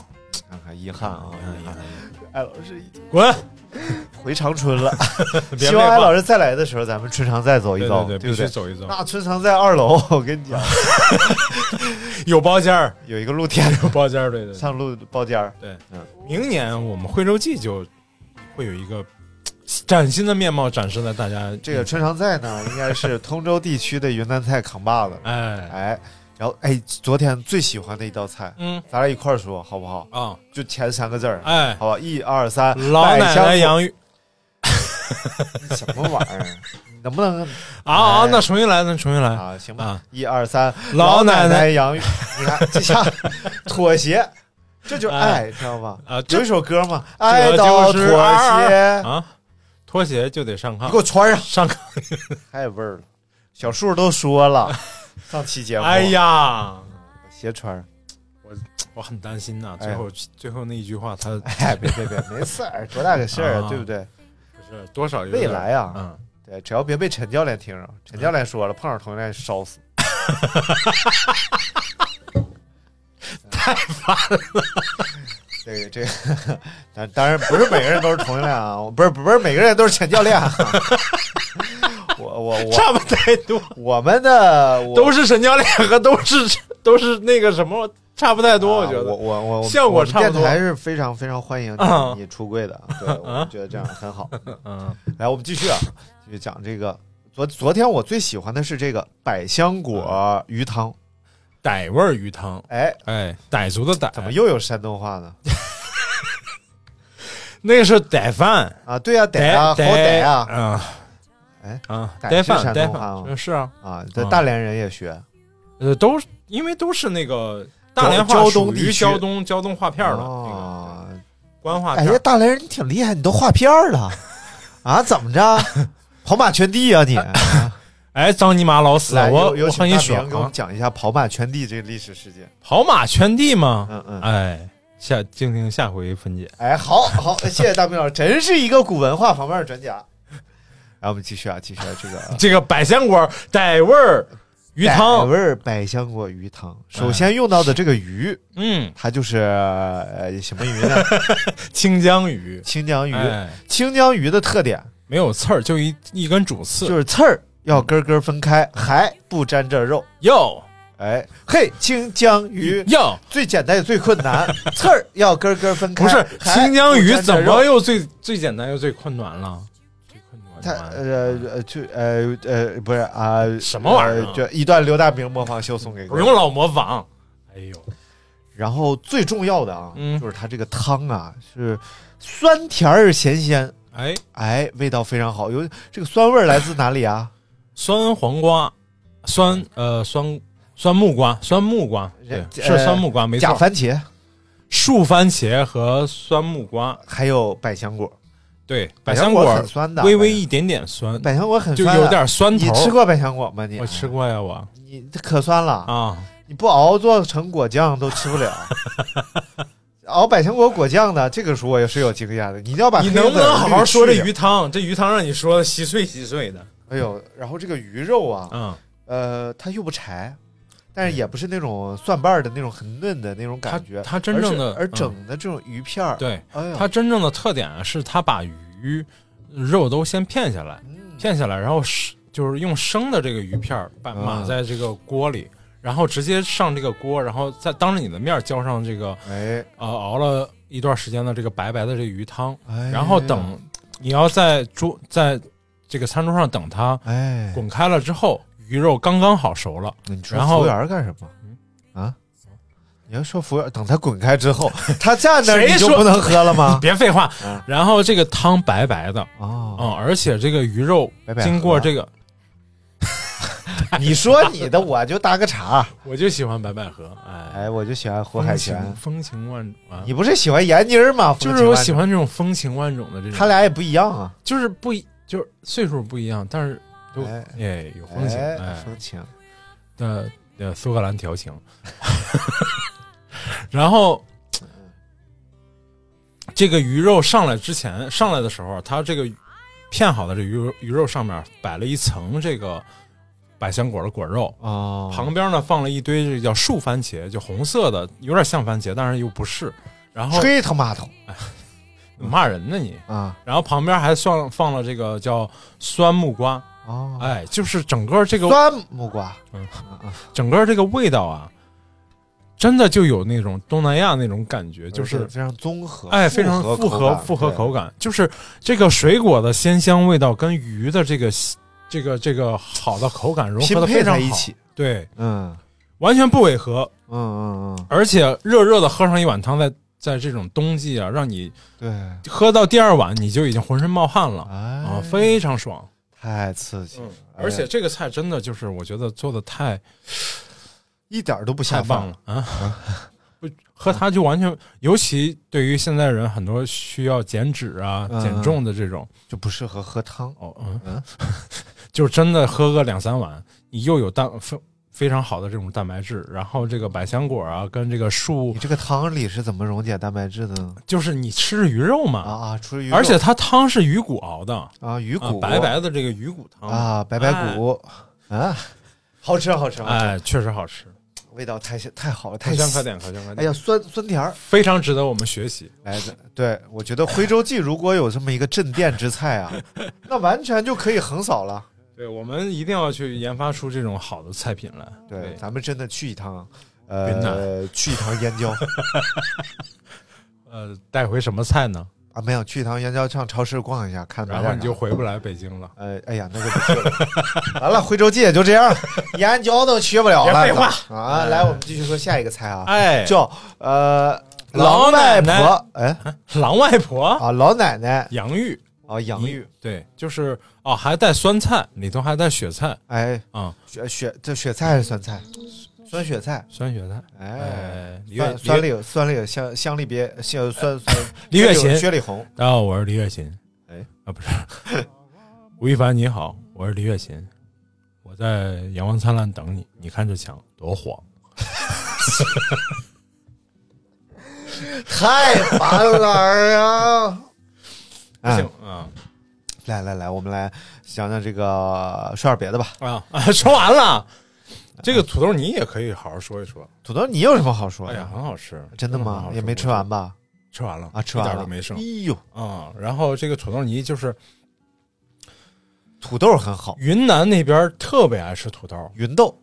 [SPEAKER 4] 看看遗憾啊，遗憾艾老师已经
[SPEAKER 5] 滚，
[SPEAKER 4] 回长春了，
[SPEAKER 5] 别
[SPEAKER 4] 希望艾老
[SPEAKER 5] 师
[SPEAKER 4] 师再来的时候，咱们春常在走一
[SPEAKER 5] 对
[SPEAKER 4] 走，
[SPEAKER 5] 对，必
[SPEAKER 4] 不
[SPEAKER 5] 须
[SPEAKER 4] 对？
[SPEAKER 5] 走一走，
[SPEAKER 4] 那春常在二楼，我跟你讲，
[SPEAKER 5] 有包间儿，
[SPEAKER 4] 有一个露天
[SPEAKER 5] 有包间儿，对对对。
[SPEAKER 4] 上路包间儿，
[SPEAKER 5] 明年我们徽州记就会有一个嘖崭新的面貌展示在大家
[SPEAKER 4] 这个春常在呢，应该是通州地区的云南菜扛把子。
[SPEAKER 5] 哎
[SPEAKER 4] 哎，然后哎，昨天最喜欢的一道菜，
[SPEAKER 5] 嗯
[SPEAKER 4] 咱俩一块儿说好不好？
[SPEAKER 5] 啊
[SPEAKER 4] 就前三个字儿，
[SPEAKER 5] 哎
[SPEAKER 4] 好吧，一二 三，
[SPEAKER 5] 老奶奶洋芋
[SPEAKER 4] 百香果什么玩意儿？能不 能
[SPEAKER 5] 啊啊
[SPEAKER 4] 哎
[SPEAKER 5] 那重新来那重新来
[SPEAKER 4] 啊？行吧
[SPEAKER 5] 啊，
[SPEAKER 4] 一二三，
[SPEAKER 5] 老奶
[SPEAKER 4] 奶
[SPEAKER 5] 奶
[SPEAKER 4] 洋芋，你看这 下妥协，这就是爱，知道吗？
[SPEAKER 5] 啊
[SPEAKER 4] 有
[SPEAKER 5] 这
[SPEAKER 4] 一首歌嘛，爱到妥
[SPEAKER 5] 就是爱
[SPEAKER 4] 协，
[SPEAKER 5] 啊拖鞋就得上
[SPEAKER 4] 你
[SPEAKER 5] 炕
[SPEAKER 4] 给我穿上，
[SPEAKER 5] 上炕
[SPEAKER 4] 太味儿了。小树都说 了，上期节目，
[SPEAKER 5] 哎，呀
[SPEAKER 4] 鞋穿上，
[SPEAKER 5] 我很担心呐
[SPEAKER 4] 哎
[SPEAKER 5] 最后最后那一句话他
[SPEAKER 4] 哎，别别别，没事儿，多大个事儿啊，
[SPEAKER 5] 啊
[SPEAKER 4] 对不对？
[SPEAKER 5] 不是多少有
[SPEAKER 4] 未
[SPEAKER 5] 点
[SPEAKER 4] 来啊，
[SPEAKER 5] 嗯
[SPEAKER 4] 对，只要别被陈教练听着，陈教练说了，碰上同性恋烧死。
[SPEAKER 5] 太烦
[SPEAKER 4] 这个这个，当当然不是每个人都是同性恋啊，不是不是每个人都是陈教练、啊。 我我我，
[SPEAKER 5] 差不太多
[SPEAKER 4] 我们的我
[SPEAKER 5] 都是神教练和都是都是那个什么差不太多我觉
[SPEAKER 4] 啊我
[SPEAKER 5] 得
[SPEAKER 4] 我我我
[SPEAKER 5] 效果
[SPEAKER 4] 我们
[SPEAKER 5] 差不多
[SPEAKER 4] 电台是非常非常欢迎
[SPEAKER 5] 啊
[SPEAKER 4] 你你出柜的啊，对，我们觉得这样很好。
[SPEAKER 5] 嗯
[SPEAKER 4] 来，我们继续啊，继续讲这个。昨昨天我最喜欢的是这个百香果鱼汤，
[SPEAKER 5] 傣味儿鱼汤
[SPEAKER 4] 哎，
[SPEAKER 5] 哎傣族的傣
[SPEAKER 4] 怎么又有山东话呢？
[SPEAKER 5] 那个是逮饭，
[SPEAKER 4] 啊，对呀、得
[SPEAKER 5] 逮
[SPEAKER 4] 啊，好
[SPEAKER 5] 逮
[SPEAKER 4] 歹啊，
[SPEAKER 5] 啊，
[SPEAKER 4] 哎
[SPEAKER 5] 啊，
[SPEAKER 4] 逮
[SPEAKER 5] 逮
[SPEAKER 4] 是山
[SPEAKER 5] 饭，逮
[SPEAKER 4] 东话吗
[SPEAKER 5] 饭，是啊，
[SPEAKER 4] 啊，这大连人也学，
[SPEAKER 5] 呃，都是因为都是那个大连话
[SPEAKER 4] 胶胶
[SPEAKER 5] 属
[SPEAKER 4] 东地
[SPEAKER 5] 于
[SPEAKER 4] 区
[SPEAKER 5] 胶东胶东画片儿的那个
[SPEAKER 4] 哦，
[SPEAKER 5] 官话
[SPEAKER 4] 哎
[SPEAKER 5] 片
[SPEAKER 4] 呀，
[SPEAKER 5] 儿，
[SPEAKER 4] 大连人你挺厉害，你都画片儿了啊？怎么着？跑马圈地啊你？
[SPEAKER 5] 哎，张你妈老死，
[SPEAKER 4] 来，
[SPEAKER 5] 我
[SPEAKER 4] 有有
[SPEAKER 5] 我
[SPEAKER 4] 请
[SPEAKER 5] 和
[SPEAKER 4] 大
[SPEAKER 5] 你
[SPEAKER 4] 明
[SPEAKER 5] 说
[SPEAKER 4] 给我们
[SPEAKER 5] 啊，
[SPEAKER 4] 讲一下跑马圈地这个历史事件。
[SPEAKER 5] 跑马圈地嘛，
[SPEAKER 4] 嗯嗯，
[SPEAKER 5] 哎，下静听下回分解，
[SPEAKER 4] 哎，好好，谢谢大明老师，真是一个古文化方面的专家。来，我们继续啊，继续啊，这 个
[SPEAKER 5] 这个百香果傣味儿鱼
[SPEAKER 4] 傣
[SPEAKER 5] 汤，
[SPEAKER 4] 味儿百香果鱼汤，首先用到的这个鱼，
[SPEAKER 5] 嗯，
[SPEAKER 4] 它就是呃什么鱼呢？
[SPEAKER 5] 清江鱼，
[SPEAKER 4] 清江鱼。
[SPEAKER 5] 哎，
[SPEAKER 4] 清江鱼的特点
[SPEAKER 5] 没有刺儿，就一一根主刺
[SPEAKER 4] 就，是刺儿要根根分开，还不沾这肉。
[SPEAKER 5] 哟
[SPEAKER 4] 哎，嘿，清江鱼
[SPEAKER 5] 哟，
[SPEAKER 4] 最简单也最困难，刺儿要根根分开。
[SPEAKER 5] 不是
[SPEAKER 4] 还
[SPEAKER 5] 新疆
[SPEAKER 4] 不
[SPEAKER 5] 鱼
[SPEAKER 4] 沾
[SPEAKER 5] 怎
[SPEAKER 4] 着
[SPEAKER 5] 么
[SPEAKER 4] 肉？
[SPEAKER 5] 又最最简单又最困难了？最困难
[SPEAKER 4] 它呃呃就呃呃不是啊、
[SPEAKER 5] 什么玩意儿啊
[SPEAKER 4] 呃就一段刘大明模仿秀送给各
[SPEAKER 5] 不
[SPEAKER 4] 位
[SPEAKER 5] 用。老模仿。哎呦，
[SPEAKER 4] 然后最重要的啊，
[SPEAKER 5] 嗯
[SPEAKER 4] 就是它这个汤啊是酸甜儿咸鲜，
[SPEAKER 5] 哎，
[SPEAKER 4] 哎，味道非常好。有这个酸味儿来自哪里啊？
[SPEAKER 5] 酸黄瓜，酸呃酸酸木瓜，酸木瓜对
[SPEAKER 4] 人，呃
[SPEAKER 5] 是酸木瓜没
[SPEAKER 4] 假
[SPEAKER 5] 错。
[SPEAKER 4] 番茄，
[SPEAKER 5] 树番茄和酸木瓜，
[SPEAKER 4] 还有百香果，
[SPEAKER 5] 对，
[SPEAKER 4] 百
[SPEAKER 5] 百
[SPEAKER 4] 香
[SPEAKER 5] 香
[SPEAKER 4] 果
[SPEAKER 5] 果
[SPEAKER 4] 很酸的哎
[SPEAKER 5] 微微一点点酸，
[SPEAKER 4] 百香果很
[SPEAKER 5] 就
[SPEAKER 4] 酸、啊，
[SPEAKER 5] 有点酸头
[SPEAKER 4] 你
[SPEAKER 5] 儿。
[SPEAKER 4] 吃过百香果吗？你
[SPEAKER 5] 我吃，过呀，我
[SPEAKER 4] 你可酸了！
[SPEAKER 5] 啊，
[SPEAKER 4] 你不熬做成果酱都吃不 了。熬百香果果酱的，这个时候我也是有经验的。你一定要把
[SPEAKER 5] 你
[SPEAKER 4] 黑子
[SPEAKER 5] 能不能好好说这
[SPEAKER 4] 滤去
[SPEAKER 5] 鱼汤？这鱼汤让你说的稀碎稀碎的，
[SPEAKER 4] 哎呦，然后这个鱼肉啊，
[SPEAKER 5] 嗯，
[SPEAKER 4] 呃，它又不柴，但是也不是那种蒜瓣儿的那种很嫩的那种感觉，
[SPEAKER 5] 它它真正的
[SPEAKER 4] 而是而
[SPEAKER 5] 嗯
[SPEAKER 4] 整的这种鱼片儿，
[SPEAKER 5] 对。
[SPEAKER 4] 哎呦，
[SPEAKER 5] 它真正的特点啊是它把鱼肉都先片下来，
[SPEAKER 4] 嗯
[SPEAKER 5] 片下来，然后是就是用生的这个鱼片儿把
[SPEAKER 4] 啊
[SPEAKER 5] 码在这个锅里，然后直接上这个锅，然后再当着你的面儿浇上这个
[SPEAKER 4] 哎
[SPEAKER 5] 呃熬了一段时间的这个白白的这个鱼汤，
[SPEAKER 4] 哎呀，
[SPEAKER 5] 然后等你要在桌在这个餐桌上等它
[SPEAKER 4] 哎，
[SPEAKER 5] 滚开了之后，鱼肉刚刚好熟了，
[SPEAKER 4] 你说
[SPEAKER 5] 然
[SPEAKER 4] 服
[SPEAKER 5] 后
[SPEAKER 4] 务员儿干什么
[SPEAKER 5] 嗯？
[SPEAKER 4] 啊？你要说服务员，等他滚开之 后，他站那儿
[SPEAKER 5] 谁
[SPEAKER 4] 你就
[SPEAKER 5] 说
[SPEAKER 4] 不能喝了吗？
[SPEAKER 5] 别废话
[SPEAKER 4] 嗯。
[SPEAKER 5] 然后这个汤白白的，
[SPEAKER 4] 哦，
[SPEAKER 5] 嗯，而且这个鱼肉
[SPEAKER 4] 白白
[SPEAKER 5] 经
[SPEAKER 4] 喝
[SPEAKER 5] 过这个，
[SPEAKER 4] 你说你的，我就搭个茶。
[SPEAKER 5] 我就喜欢白百合，哎，
[SPEAKER 4] 哎，我就喜欢胡
[SPEAKER 5] 风
[SPEAKER 4] 海
[SPEAKER 5] 情
[SPEAKER 4] 泉。
[SPEAKER 5] 风情万种啊
[SPEAKER 4] 你，不是喜欢闫妮儿吗？
[SPEAKER 5] 就是我喜欢这种风情万种的这种，
[SPEAKER 4] 他俩也不一样啊。
[SPEAKER 5] 就是不一，就是岁数不一样，但是都
[SPEAKER 4] 哎
[SPEAKER 5] 哎有风情，
[SPEAKER 4] 哎
[SPEAKER 5] 哎，
[SPEAKER 4] 风情。
[SPEAKER 5] 呃呃苏格兰调情， 然后这个鱼肉上来之前，上来的时候，它这个片好的这鱼肉鱼肉上面摆了一层这个百香果的果肉，
[SPEAKER 4] 哦
[SPEAKER 5] 旁边呢放了一堆这个叫树番茄，就红色的，有点像番茄，但是又不是。然后
[SPEAKER 4] 吹他妈头
[SPEAKER 5] 骂人呢你，
[SPEAKER 4] 啊！
[SPEAKER 5] 然后旁边还放放了这个叫酸木瓜，
[SPEAKER 4] 哦，
[SPEAKER 5] 哎，就是整个这个
[SPEAKER 4] 酸木瓜，
[SPEAKER 5] 整个这个味道啊，真的就有那种东南亚那种感觉，就
[SPEAKER 4] 而且
[SPEAKER 5] 是
[SPEAKER 4] 非常综合，
[SPEAKER 5] 哎，非常
[SPEAKER 4] 复
[SPEAKER 5] 复合复合口感，就是这个水果的鲜香味道跟鱼的这个这个这个好的口感融
[SPEAKER 4] 对，拼
[SPEAKER 5] 合的
[SPEAKER 4] 配
[SPEAKER 5] 非常
[SPEAKER 4] 在
[SPEAKER 5] 好，
[SPEAKER 4] 一起，
[SPEAKER 5] 对，
[SPEAKER 4] 嗯
[SPEAKER 5] 完全不违和，
[SPEAKER 4] 嗯嗯嗯，
[SPEAKER 5] 而且热热的喝上一碗汤，在在这种冬季啊，让你
[SPEAKER 4] 对，
[SPEAKER 5] 喝到第二碗你就已经浑身冒汗了啊
[SPEAKER 4] 哎，，
[SPEAKER 5] 非常爽。
[SPEAKER 4] 太刺激了，哎呀
[SPEAKER 5] 嗯而且这个菜真的就是，我觉得做的太
[SPEAKER 4] 一点儿都不
[SPEAKER 5] 太
[SPEAKER 4] 下
[SPEAKER 5] 棒
[SPEAKER 4] 饭
[SPEAKER 5] 了，啊！不和它就完全，尤其对于现在人很多需要减脂啊、
[SPEAKER 4] 嗯
[SPEAKER 5] 减重的这种，
[SPEAKER 4] 就不适合喝汤。
[SPEAKER 5] 哦，嗯，
[SPEAKER 4] 嗯
[SPEAKER 5] 就真的喝个两三碗，你又有蛋非非常好的这种蛋白质，然后这个百香果啊，跟这个树
[SPEAKER 4] 你，这个汤里是怎么溶解蛋白质的呢？
[SPEAKER 5] 就是你吃鱼肉嘛，
[SPEAKER 4] 啊啊，除了鱼肉，
[SPEAKER 5] 而且它汤是鱼骨熬的，
[SPEAKER 4] 啊，鱼
[SPEAKER 5] 啊
[SPEAKER 4] 骨，
[SPEAKER 5] 白白的这个鱼骨汤
[SPEAKER 4] 啊，白白骨啊，好吃好吃，好吃
[SPEAKER 5] 哎，确实好吃，
[SPEAKER 4] 味道太香太好了，
[SPEAKER 5] 可
[SPEAKER 4] 太
[SPEAKER 5] 圈
[SPEAKER 4] 香
[SPEAKER 5] 可。点，可圈可
[SPEAKER 4] 哎
[SPEAKER 5] 点，
[SPEAKER 4] 呀，酸酸甜儿，
[SPEAKER 5] 非常值得我们学习。
[SPEAKER 4] 来的，哎对我觉得徽州记如果有这么一个镇店之菜 啊，那完全就可以横扫了。
[SPEAKER 5] 对我们一定要去研发出这种好的菜品来。
[SPEAKER 4] 对，咱们真的去一趟，呃，
[SPEAKER 5] 云南
[SPEAKER 4] 去一趟燕 郊
[SPEAKER 5] 呃，带回什么菜呢？
[SPEAKER 4] 啊，没有去一趟燕郊，上超市逛一下，看买
[SPEAKER 5] 然
[SPEAKER 4] 点
[SPEAKER 5] 后
[SPEAKER 4] 啥
[SPEAKER 5] 你就回不来北京了。
[SPEAKER 4] 呃，哎呀，那就不去了。完了，徽 州记也就这 样，燕郊都去不了了。
[SPEAKER 5] 别废
[SPEAKER 4] 话啊！来，我们继续说下一个菜啊，
[SPEAKER 5] 哎
[SPEAKER 4] 叫呃
[SPEAKER 5] 老
[SPEAKER 4] 外
[SPEAKER 5] 奶奶
[SPEAKER 4] 婆，哎
[SPEAKER 5] 狼外婆、
[SPEAKER 4] 啊，老奶奶
[SPEAKER 5] 洋芋、
[SPEAKER 4] 啊，洋芋，
[SPEAKER 5] 对，就是哦，还带酸菜，里头还带雪菜
[SPEAKER 4] 哎，
[SPEAKER 5] 啊、
[SPEAKER 4] 雪雪这雪菜还是酸菜？酸雪菜，
[SPEAKER 5] 酸雪菜。
[SPEAKER 4] 哎。
[SPEAKER 5] 哎，李月
[SPEAKER 4] 酸酸
[SPEAKER 5] 李月
[SPEAKER 4] 里酸里香香里别香酸酸
[SPEAKER 5] 李月琴
[SPEAKER 4] 薛里 红
[SPEAKER 5] 大家哦好，我是李月琴。
[SPEAKER 4] 哎，
[SPEAKER 5] 啊，不是， 吴亦凡你好，我是李月琴，我在阳光灿烂等你。你看这墙多晃，
[SPEAKER 4] 太烦了呀！
[SPEAKER 5] 不
[SPEAKER 4] 哎
[SPEAKER 5] 行啊
[SPEAKER 4] 来来来，我们来讲讲这个，说点别的吧。
[SPEAKER 5] 啊啊！ 说完了，这个土豆泥也可以好好说一说。
[SPEAKER 4] 土豆泥有什么好说
[SPEAKER 5] 哎呀，
[SPEAKER 4] 的？
[SPEAKER 5] 很好吃，
[SPEAKER 4] 真的
[SPEAKER 5] 很
[SPEAKER 4] 吗
[SPEAKER 5] 好？吃
[SPEAKER 4] 也没吃完，吧？
[SPEAKER 5] 吃完了
[SPEAKER 4] 啊，吃完
[SPEAKER 5] 一
[SPEAKER 4] 了
[SPEAKER 5] 点都没剩
[SPEAKER 4] 哎。呦，
[SPEAKER 5] 啊、然后这个土豆泥就是
[SPEAKER 4] 土豆很好，
[SPEAKER 5] 云南那边特别爱吃土豆，
[SPEAKER 4] 芸豆，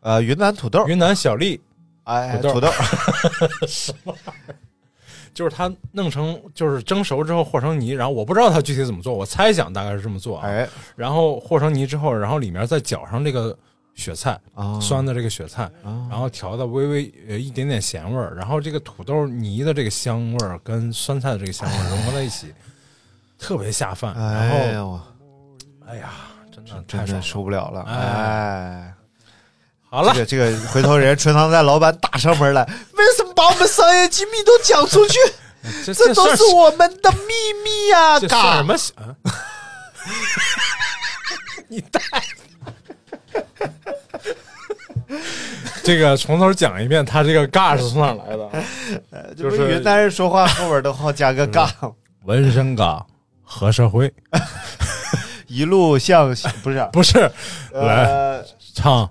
[SPEAKER 4] 呃，云南土豆，
[SPEAKER 5] 嗯云南小粒
[SPEAKER 4] 哎，
[SPEAKER 5] 土豆
[SPEAKER 4] 土 豆，
[SPEAKER 5] 就是它弄成就是蒸熟之后和成泥，然后我不知道它具体怎么做，我猜想大概是这么做啊。
[SPEAKER 4] 哎，
[SPEAKER 5] 然后和成泥之后，然后里面再搅上这个雪菜，
[SPEAKER 4] 啊
[SPEAKER 5] 酸的这个雪菜，然后调的微微呃一点点咸味儿，然后这个土豆泥的这个香味儿跟酸菜的这个香味儿融合在一起，特别下饭。
[SPEAKER 4] 哎
[SPEAKER 5] 然后
[SPEAKER 4] 呦，
[SPEAKER 5] 哎呀，真的
[SPEAKER 4] 真
[SPEAKER 5] 太
[SPEAKER 4] 的
[SPEAKER 5] 爽
[SPEAKER 4] 受
[SPEAKER 5] 了。
[SPEAKER 4] 不了了，
[SPEAKER 5] 哎
[SPEAKER 4] 哎。
[SPEAKER 5] 好了
[SPEAKER 4] 这，个这个，回头人家春堂寨老板打上门来，啊 为什么把我们商业机密都讲出 去？
[SPEAKER 5] 这
[SPEAKER 4] 这都
[SPEAKER 5] 事儿
[SPEAKER 4] 是我们的秘密呀、
[SPEAKER 5] 这算
[SPEAKER 4] 嘎
[SPEAKER 5] 什！么 小？啊你带。 这个从头讲一遍，他这个尬是从哪儿来的啊？
[SPEAKER 4] 这不
[SPEAKER 5] 就是是
[SPEAKER 4] 云南人说话后边都好加个 嘎，
[SPEAKER 5] 纹身尬和社会
[SPEAKER 4] 一路向西不是啊
[SPEAKER 5] 不是来
[SPEAKER 4] 呃，
[SPEAKER 5] 唱，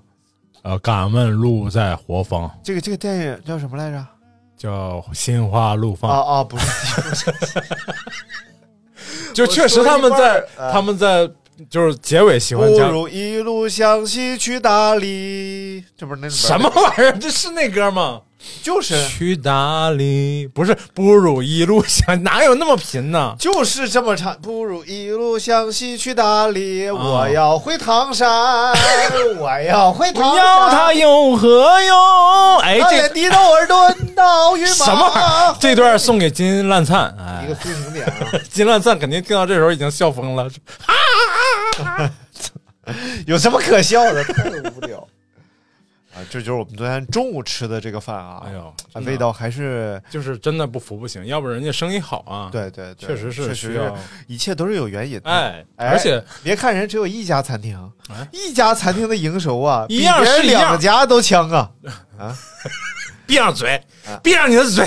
[SPEAKER 5] 呃，敢问路在何方？
[SPEAKER 4] 这个这个电影叫什么来着？
[SPEAKER 5] 叫心花怒放。
[SPEAKER 4] 啊啊，不是，
[SPEAKER 5] 就确实他们在
[SPEAKER 4] 我说一半儿啊
[SPEAKER 5] 他们在就是结尾喜
[SPEAKER 4] 不
[SPEAKER 5] 欢加
[SPEAKER 4] 如一路向西去大理，这不是那里边
[SPEAKER 5] 什么玩意儿？这是那歌吗？
[SPEAKER 4] 就是
[SPEAKER 5] 去哪里？不是不如一路 想，哪有那么贫呢？
[SPEAKER 4] 就是这么唱，不如一路向西去哪里？
[SPEAKER 5] 啊
[SPEAKER 4] 我要回唐山， 我要回
[SPEAKER 5] 不
[SPEAKER 4] 唐山。
[SPEAKER 5] 要它有何用？哎，
[SPEAKER 4] 哎，
[SPEAKER 5] 这
[SPEAKER 4] 地道尔顿到云马。
[SPEAKER 5] 什么玩意儿？这段送给金烂灿，哎
[SPEAKER 4] 一 个，抒情点啊！
[SPEAKER 5] 金烂灿肯定听到这时候已经笑疯了。
[SPEAKER 4] 有什么可笑的？ 太无聊啊！这就是我们昨天中午吃的这个饭啊，
[SPEAKER 5] 哎呦
[SPEAKER 4] 啊
[SPEAKER 5] 真的
[SPEAKER 4] 味道还是
[SPEAKER 5] 就是真的不服不行，要不人家生意好啊。，
[SPEAKER 4] 对对对，
[SPEAKER 5] 确实是
[SPEAKER 4] 确
[SPEAKER 5] 需
[SPEAKER 4] 实
[SPEAKER 5] 要
[SPEAKER 4] 是，一切都是有原因的。
[SPEAKER 5] 哎，
[SPEAKER 4] 哎
[SPEAKER 5] 而且哎
[SPEAKER 4] 别看人只有一家餐厅，一家餐厅的营收啊，
[SPEAKER 5] 一样
[SPEAKER 4] 比别人
[SPEAKER 5] 是一样
[SPEAKER 4] 两家都强啊！
[SPEAKER 5] 闭上嘴，闭上你的嘴，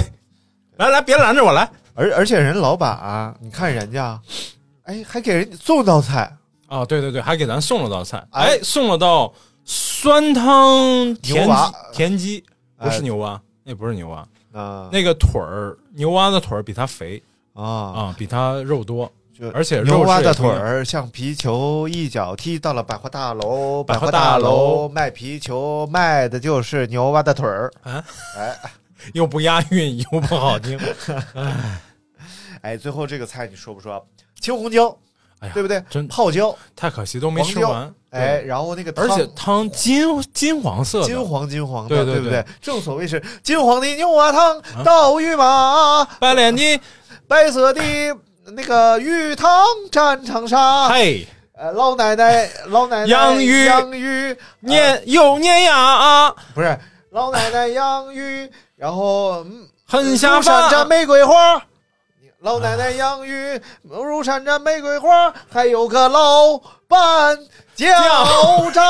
[SPEAKER 5] 来来，别拦着我
[SPEAKER 4] 啊
[SPEAKER 5] 来
[SPEAKER 4] 而而且人老板啊，你看人家，哎，还给人送道菜，
[SPEAKER 5] 啊！对对对，还给咱送了道菜，
[SPEAKER 4] 哎
[SPEAKER 5] 哎，送了道酸
[SPEAKER 4] 牛
[SPEAKER 5] 汤田鸡
[SPEAKER 4] 蛙
[SPEAKER 5] 田鸡，不
[SPEAKER 4] 哎
[SPEAKER 5] 是牛蛙，那不是牛蛙，
[SPEAKER 4] 啊
[SPEAKER 5] 那个腿儿牛蛙的腿儿比它肥
[SPEAKER 4] 啊
[SPEAKER 5] 啊，比它肉多，
[SPEAKER 4] 就
[SPEAKER 5] 而且
[SPEAKER 4] 牛
[SPEAKER 5] 肉
[SPEAKER 4] 蛙
[SPEAKER 5] 质也
[SPEAKER 4] 的
[SPEAKER 5] 不
[SPEAKER 4] 腿
[SPEAKER 5] 一样
[SPEAKER 4] 儿像皮球，一脚踢到了百货大楼，百
[SPEAKER 5] 百
[SPEAKER 4] 货
[SPEAKER 5] 货
[SPEAKER 4] 大
[SPEAKER 5] 大
[SPEAKER 4] 楼
[SPEAKER 5] 楼
[SPEAKER 4] 卖皮球卖的就是牛蛙的腿儿。
[SPEAKER 5] 又不押韵又不 好听。
[SPEAKER 4] 哎，最后这个菜你说不说？青红椒，
[SPEAKER 5] 哎呀，
[SPEAKER 4] 对不对？
[SPEAKER 5] 真
[SPEAKER 4] 泡椒，
[SPEAKER 5] 太可惜，都没吃完。
[SPEAKER 4] 哎，，然后那个汤
[SPEAKER 5] 而且汤金金黄色的，
[SPEAKER 4] 金黄金黄的，
[SPEAKER 5] 对对
[SPEAKER 4] 不
[SPEAKER 5] 对啊
[SPEAKER 4] 对？正所谓是金黄的牛蛙汤，倒御马，
[SPEAKER 5] 白脸的，
[SPEAKER 4] 白色的那个鱼汤蘸长沙。
[SPEAKER 5] 嘿，
[SPEAKER 4] 呃，老奶奶，老奶奶
[SPEAKER 5] 洋芋啊
[SPEAKER 4] 洋芋，
[SPEAKER 5] 念又念呀啊，
[SPEAKER 4] 不是老奶奶洋芋，然后嗯
[SPEAKER 5] 很下
[SPEAKER 4] 乳扇蘸
[SPEAKER 5] 饭。
[SPEAKER 4] 玫瑰花。老奶奶洋芋，乳扇蘸玫瑰花，还有个老板叫喳喳。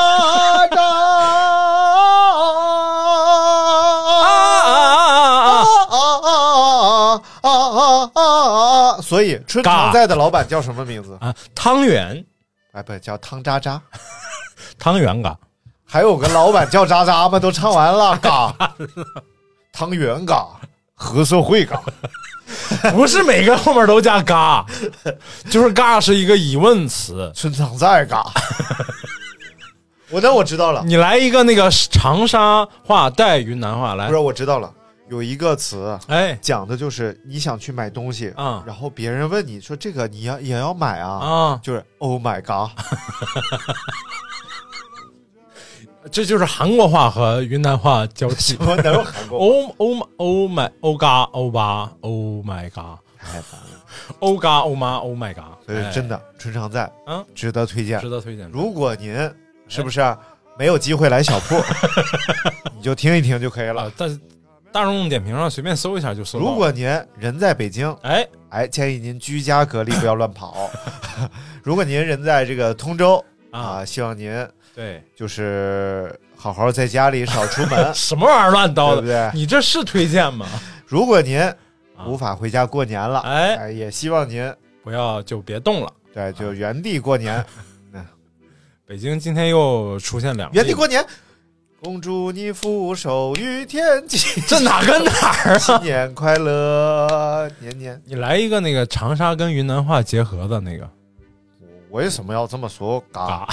[SPEAKER 5] 啊啊啊啊啊！
[SPEAKER 4] 哦啊啊啊啊啊！所以春常在的老板叫什么名字？
[SPEAKER 5] 啊，汤圆，
[SPEAKER 4] 哎，不叫汤渣渣。
[SPEAKER 5] 汤 圆嘎，
[SPEAKER 4] 还有个老板叫渣渣吗？都唱完 了，嘎，汤圆嘎，和社会嘎，
[SPEAKER 5] 不是每个后面都加嘎，就是嘎是一个疑问词。
[SPEAKER 4] 春常在嘎。我那我知道了，
[SPEAKER 5] 你来一个那个长沙话带云南话来
[SPEAKER 4] 不是，我知道了，有一个词。
[SPEAKER 5] 哎
[SPEAKER 4] 讲的就是你想去买东西，
[SPEAKER 5] 嗯
[SPEAKER 4] 然后别人问你说这个你要也要买啊，
[SPEAKER 5] 啊，
[SPEAKER 4] 就是 Oh my God，
[SPEAKER 5] 这就是韩国话和云南话交替。
[SPEAKER 4] 我哪有韩国？
[SPEAKER 5] Oh oh oh my oh god oh 吧 oh my god
[SPEAKER 4] 太烦了，
[SPEAKER 5] oh god oh 妈 oh my god，
[SPEAKER 4] 所以真的春常在，
[SPEAKER 5] 嗯，
[SPEAKER 4] 值得推
[SPEAKER 5] 哎
[SPEAKER 4] 荐
[SPEAKER 5] 值。得推荐。
[SPEAKER 4] 如果您是不是没有机会来小 铺，你就听一听就可以了
[SPEAKER 5] 啊。，但是大众点评上随便搜一下就搜到了。
[SPEAKER 4] 如果您人在北京，
[SPEAKER 5] 哎
[SPEAKER 4] 哎，建议您居家隔离，不要乱 跑。如果您人在这个通州
[SPEAKER 5] 啊
[SPEAKER 4] 啊，希望您
[SPEAKER 5] 对，
[SPEAKER 4] 就是好好在家里少出门
[SPEAKER 5] 什么玩意儿乱
[SPEAKER 4] 对
[SPEAKER 5] 叨
[SPEAKER 4] 不
[SPEAKER 5] 的？
[SPEAKER 4] 对？
[SPEAKER 5] 你这是推荐吗？
[SPEAKER 4] 如果您无法回家过年了，
[SPEAKER 5] 啊哎啊
[SPEAKER 4] 哎，也希望您
[SPEAKER 5] 不要就别动了。
[SPEAKER 4] 对就原地过年，
[SPEAKER 5] 北京今天又出现两例
[SPEAKER 4] 原地过年。恭祝你福寿与天 齐，
[SPEAKER 5] 这哪跟哪 儿
[SPEAKER 4] 新
[SPEAKER 5] 啊？
[SPEAKER 4] 年快乐，年年。
[SPEAKER 5] 你来一个那个长沙跟云南话结合的那个
[SPEAKER 4] 我为什么要这么说？嘎
[SPEAKER 5] 嘎，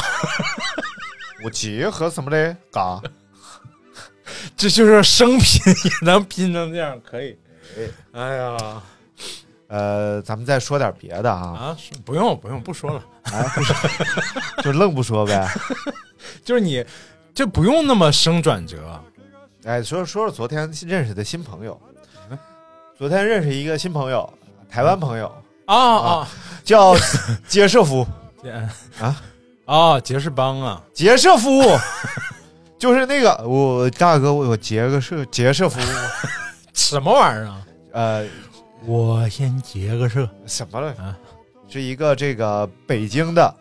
[SPEAKER 4] 我结合什么嘞？嘎，
[SPEAKER 5] 这就是生拼 也能拼成这样，可以。哎呀
[SPEAKER 4] 呃，咱们再说点别的啊，
[SPEAKER 5] 啊，是不用不用不说了，
[SPEAKER 4] 哎，不说，
[SPEAKER 5] 啊
[SPEAKER 4] 就愣不说呗。
[SPEAKER 5] 就是你就不用那么生转折。
[SPEAKER 4] 哎，说说说昨天认识的新朋友，昨天认识一个新朋友，台湾朋友，
[SPEAKER 5] 啊啊
[SPEAKER 4] 叫杰舍 夫，啊
[SPEAKER 5] 啊啊！杰士邦啊，
[SPEAKER 4] 杰舍夫，就是那个我大哥，我我杰个舍杰舍夫，
[SPEAKER 5] 什么玩意儿啊？
[SPEAKER 4] 呃，
[SPEAKER 5] 我先结个社
[SPEAKER 4] 什么了？
[SPEAKER 5] 啊！
[SPEAKER 4] 是一个这个北京的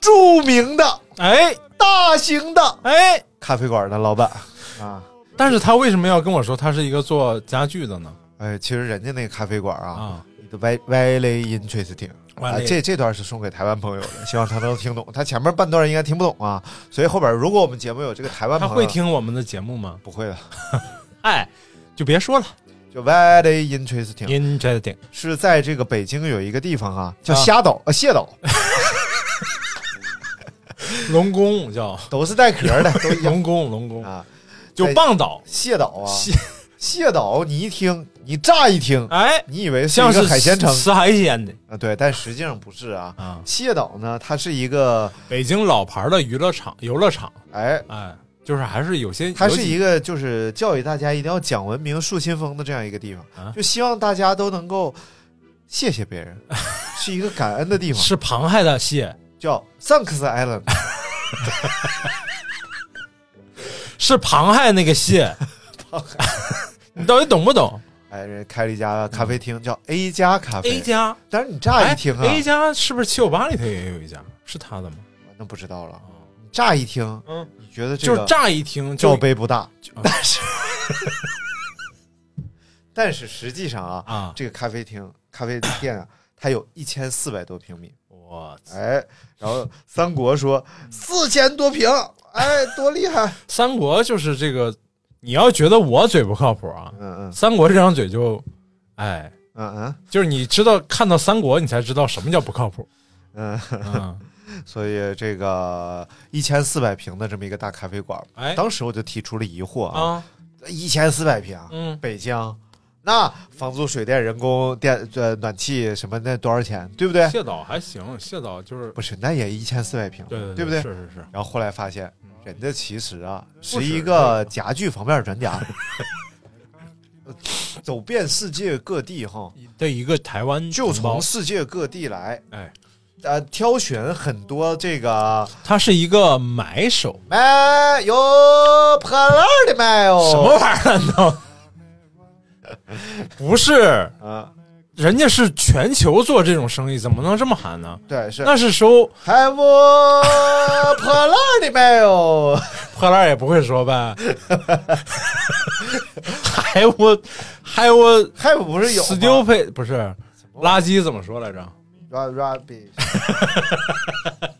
[SPEAKER 4] 著名的
[SPEAKER 5] 哎
[SPEAKER 4] 大型的
[SPEAKER 5] 哎，
[SPEAKER 4] 咖啡馆的老板啊。
[SPEAKER 5] 但是他为什么要跟我说他是一个做家具的呢？
[SPEAKER 4] 哎，其实人家那个咖啡馆啊
[SPEAKER 5] 啊
[SPEAKER 4] ，it very very interesting 啊，
[SPEAKER 5] Very-
[SPEAKER 4] 这这段是送给台湾朋友的，希望他能听懂。他前面半段应该听不懂啊，所以后边如果我们节目有这个啊台湾
[SPEAKER 5] 他
[SPEAKER 4] 朋友，
[SPEAKER 5] 会听我们的节目吗？
[SPEAKER 4] 不会的，
[SPEAKER 5] 哎，就别说了
[SPEAKER 4] 就 very interesting
[SPEAKER 5] ，interesting。
[SPEAKER 4] 是在这个北京有一个地方啊，叫
[SPEAKER 5] 啊
[SPEAKER 4] 虾岛呃蟹 岛，
[SPEAKER 5] 龙宫叫
[SPEAKER 4] 都是带壳的，都一样
[SPEAKER 5] 龙宫龙宫，
[SPEAKER 4] 啊，
[SPEAKER 5] 就棒岛
[SPEAKER 4] 蟹岛啊，
[SPEAKER 5] 蟹
[SPEAKER 4] 蟹岛你一听，你乍一听，
[SPEAKER 5] 哎，
[SPEAKER 4] 你以为是
[SPEAKER 5] 像
[SPEAKER 4] 一
[SPEAKER 5] 是
[SPEAKER 4] 个海鲜城
[SPEAKER 5] 吃海鲜的
[SPEAKER 4] 啊，对，但实际上不是啊。
[SPEAKER 5] 啊。
[SPEAKER 4] 蟹岛呢，它是一个，
[SPEAKER 5] 北京老牌的娱乐场、游乐场，
[SPEAKER 4] 哎，
[SPEAKER 5] 哎，就是还是有些，
[SPEAKER 4] 它是一
[SPEAKER 5] 个
[SPEAKER 4] 个就是教育大家一定要讲文明、树新风的这样一个地
[SPEAKER 5] 啊
[SPEAKER 4] 方，就希望大家都能够谢谢别 人，是一个感恩的地方，
[SPEAKER 5] 吃螃蟹的蟹，
[SPEAKER 4] 叫 Thanks Island。
[SPEAKER 5] 是螃蟹那个 蟹，你到底懂不懂
[SPEAKER 4] 哎，人开了一家咖啡厅，叫 A 加咖啡。
[SPEAKER 5] 嗯？A 加，
[SPEAKER 4] 但是你乍一听啊，
[SPEAKER 5] 哎，A 加是不是七九八里头也有一家？是他的吗？
[SPEAKER 4] 那不知道了。啊你乍一听，
[SPEAKER 5] 嗯，
[SPEAKER 4] 你觉得这
[SPEAKER 5] 就是
[SPEAKER 4] 个
[SPEAKER 5] 乍一听
[SPEAKER 4] 罩
[SPEAKER 5] 就
[SPEAKER 4] 杯不大
[SPEAKER 5] 就，
[SPEAKER 4] 但是但是实际上啊，
[SPEAKER 5] 啊，
[SPEAKER 4] 这个咖啡厅、咖啡店啊，它有一千四百多平米。
[SPEAKER 5] 我操
[SPEAKER 4] 哎，然后三国说
[SPEAKER 5] 嗯
[SPEAKER 4] 四千多平，哎，多厉害！
[SPEAKER 5] 三国就是这个，你要觉得我嘴不靠谱啊，
[SPEAKER 4] 嗯嗯
[SPEAKER 5] 三国这张嘴就，哎，
[SPEAKER 4] 嗯嗯
[SPEAKER 5] 就是你知道看到三国，你才知道什么叫不靠谱。
[SPEAKER 4] 嗯，
[SPEAKER 5] 嗯，
[SPEAKER 4] 所以这个一千四百平的这么一个大咖啡馆，
[SPEAKER 5] 哎
[SPEAKER 4] 当时我就提出了疑惑啊，
[SPEAKER 5] 啊，
[SPEAKER 4] 一千四百平，
[SPEAKER 5] 嗯，
[SPEAKER 4] 北京，那房租、水电、人工、电呃暖气什么那多少钱，对不对？
[SPEAKER 5] 谢导还行，谢导就是
[SPEAKER 4] 不是，那也一千四百平，
[SPEAKER 5] 对对
[SPEAKER 4] 不对？
[SPEAKER 5] 是嗯是是，
[SPEAKER 4] 然后后来发现，人家其实啊是
[SPEAKER 5] 止
[SPEAKER 4] 一个家具方面的专家， 走遍世界各地哈，
[SPEAKER 5] 这一个台湾
[SPEAKER 4] 就
[SPEAKER 5] 同胞
[SPEAKER 4] 从世界各地来，
[SPEAKER 5] 哎，
[SPEAKER 4] 呃，挑选很多这个
[SPEAKER 5] 他是一个买手，
[SPEAKER 4] 卖有破烂儿的卖哦，
[SPEAKER 5] 什么玩意儿呢？ 不是，
[SPEAKER 4] 啊？
[SPEAKER 5] 人家是全球做这种生意，怎么能这么喊呢？
[SPEAKER 4] 对，是
[SPEAKER 5] 那是收
[SPEAKER 4] 还我破烂儿的卖哦。
[SPEAKER 5] 破烂儿也不会说呗，还我 还我
[SPEAKER 4] Have 不是有
[SPEAKER 5] stupid 不是垃圾怎么说来着？
[SPEAKER 4] 哦 rub rubbish，